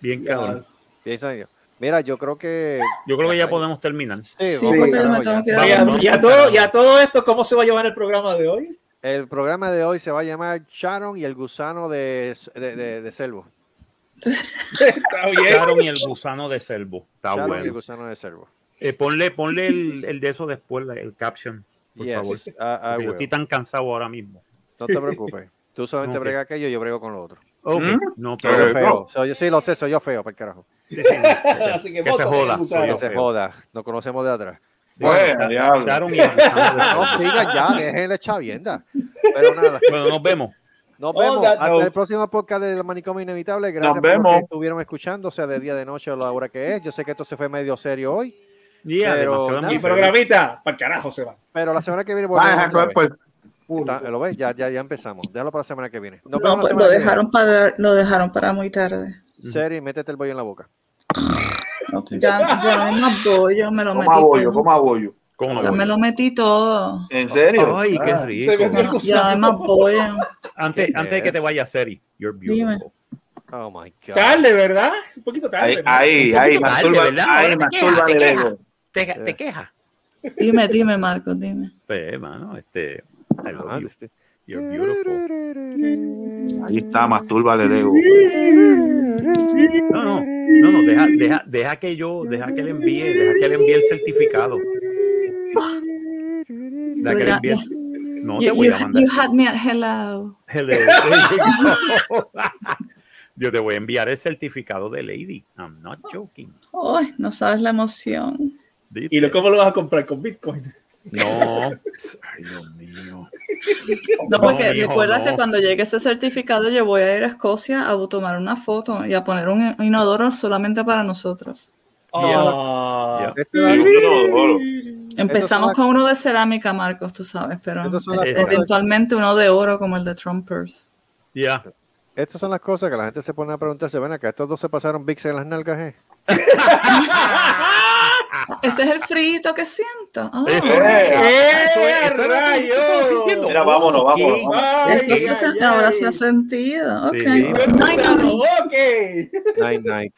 Bien cabrón.
Piensa en Dios. Mira, yo creo que.
Yo creo que ya
carajo.
podemos terminar.
Sí,
Sí,
vamos
porque
para
me
carajo
tengo
ya.
que ir
Ya-
Vamos, vamos
ya
para
todo,
carajo.
ya todo esto, ¿cómo se va a llevar el programa de hoy?
El programa de hoy se va a llamar Sharon y el gusano de, de, de- de Selvo.
Está bien.
Sharon y el gusano de Selvo. Está
Sharon y el
bueno.
gusano de Selvo.
Eh, ponle ponle el, el de eso después, la- el caption, por
Yes,
favor.
I- I
Porque yo
will.
estoy tan cansado ahora mismo.
No te preocupes. Tú solamente
Ok.
brega aquello, yo brego con lo otro.
Ok,
¿Mm?
no,
Soy
pero
yo feo. Soy yo, sí, lo sé, soy yo feo, para el carajo.
Sí, señor.
Así que eh,
que se
voto,
joda.
el
Soy
Que
yo
gusano.
se
feo.
joda. Nos conocemos de atrás.
Bueno, diablo.
Sharon y el gusano de
No
Selvo.
sigan ya, dejen la chavienda. Pero nada,
Bueno, nos vemos.
nos
On
vemos.
that
Hasta
note.
el próximo podcast del Manicomio Inevitable. Gracias
Nos
por lo que
vemos.
estuvieron escuchando, sea de día, de noche o la hora que es. Yo sé que esto se fue medio serio hoy,
Ya,
Pero
demasiado
nada.
Mi
en vivo.
programita, para carajo se va.
pero la semana que viene volvemos.
Vas a
otra
actuar
vez.
por
Está- ¿Lo ves? Ya, ya, ya empezamos. Déjalo para la semana que viene. Nos vemos
No,
la
pues
semana
lo
que viene.
dejaron para, lo dejaron para muy tarde.
Seri, métete el bollo en la boca.
Ya, ya no hay más bollo, me lo metí
coma bollo,
todo.
coma bollo.
¿Cómo no
Ya me
voy?
lo metí todo.
¿En serio? Ah,
Ay, qué
Ah, Se metió el
rico.
Ya no hay más
gusano.
bollo.
Antes, antes de que te vaya Seri, you're
Dime.
beautiful.
Oh my God.
Tarde, ¿verdad? Un poquito tarde.
Ahí,
¿no?
ahí, ahí,
Un poquito tarde,
masturba,
¿verdad? Ahora
ahí,
te quejas,
masturba
te
el
quejas.
ego.
¿Te, te quejas?
Dime, dime, Marcos, dime.
Pues, mano, este, I love
Ah,
you.
este-
You're beautiful.
Ahí está, masturba el ego.
Tururururu.
No, no, no, no, deja, deja, deja que yo, deja que le envíe, deja que le envíe el certificado. Deja que le envíe el- No te
you,
voy
you,
a mandar.
you had me at hello.
Hello. No. Yo te voy a enviar el certificado de Lady. I'm not joking.
Ay, no sabes la emoción.
¿Y lo, cómo lo vas a comprar con Bitcoin?
No. Ay, Dios mío.
No, porque
mijo,
recuerda
no.
que cuando llegue ese certificado yo voy a ir a Escocia a tomar una foto y a poner un inodoro solamente para nosotros.
Ah.
Empezamos con uno de cerámica, Marcos, tú sabes, pero
Esas son las
e-
cosas-
eventualmente uno de oro como el de Trumpers.
Ya.
Estas son las cosas que la gente se pone a preguntarse. Ven acá, estos dos se pasaron Vicks en las nalgas, ¿eh?
Ese es el frito que siento.
Eh,
Ah.
Eso
Mira, vámonos, vámonos.
Eso sí se- ahora se ha sentido. Ok.
Sí.
Night,
Night,
night.
night, night,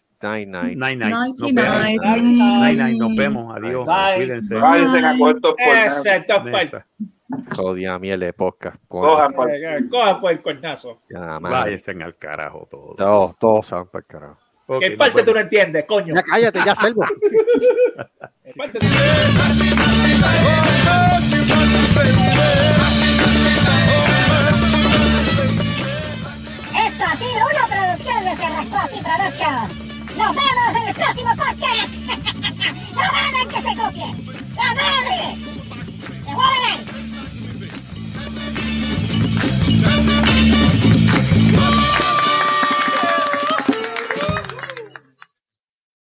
night.
Night,
Nighty,
Nos vemos.
night.
Night, night. Nos vemos. Adiós.
Bye.
Cuídense.
Váyanse a cuartos por nada.
Exacto, pues.
Mesa.
Jodia miel de posca.
Cojan pa-
Coja por el cornazo.
Váyanse al carajo todos.
Todos, todos saben para el carajo.
Ok,
¿Qué
nos
parte tú
vemos.
no entiendes, coño?
Ya cállate, ya selvo.
¿Qué parte tú no entiendes?
Esto ha sido una producción de Cerrascoas y Productions. Nos vemos en el próximo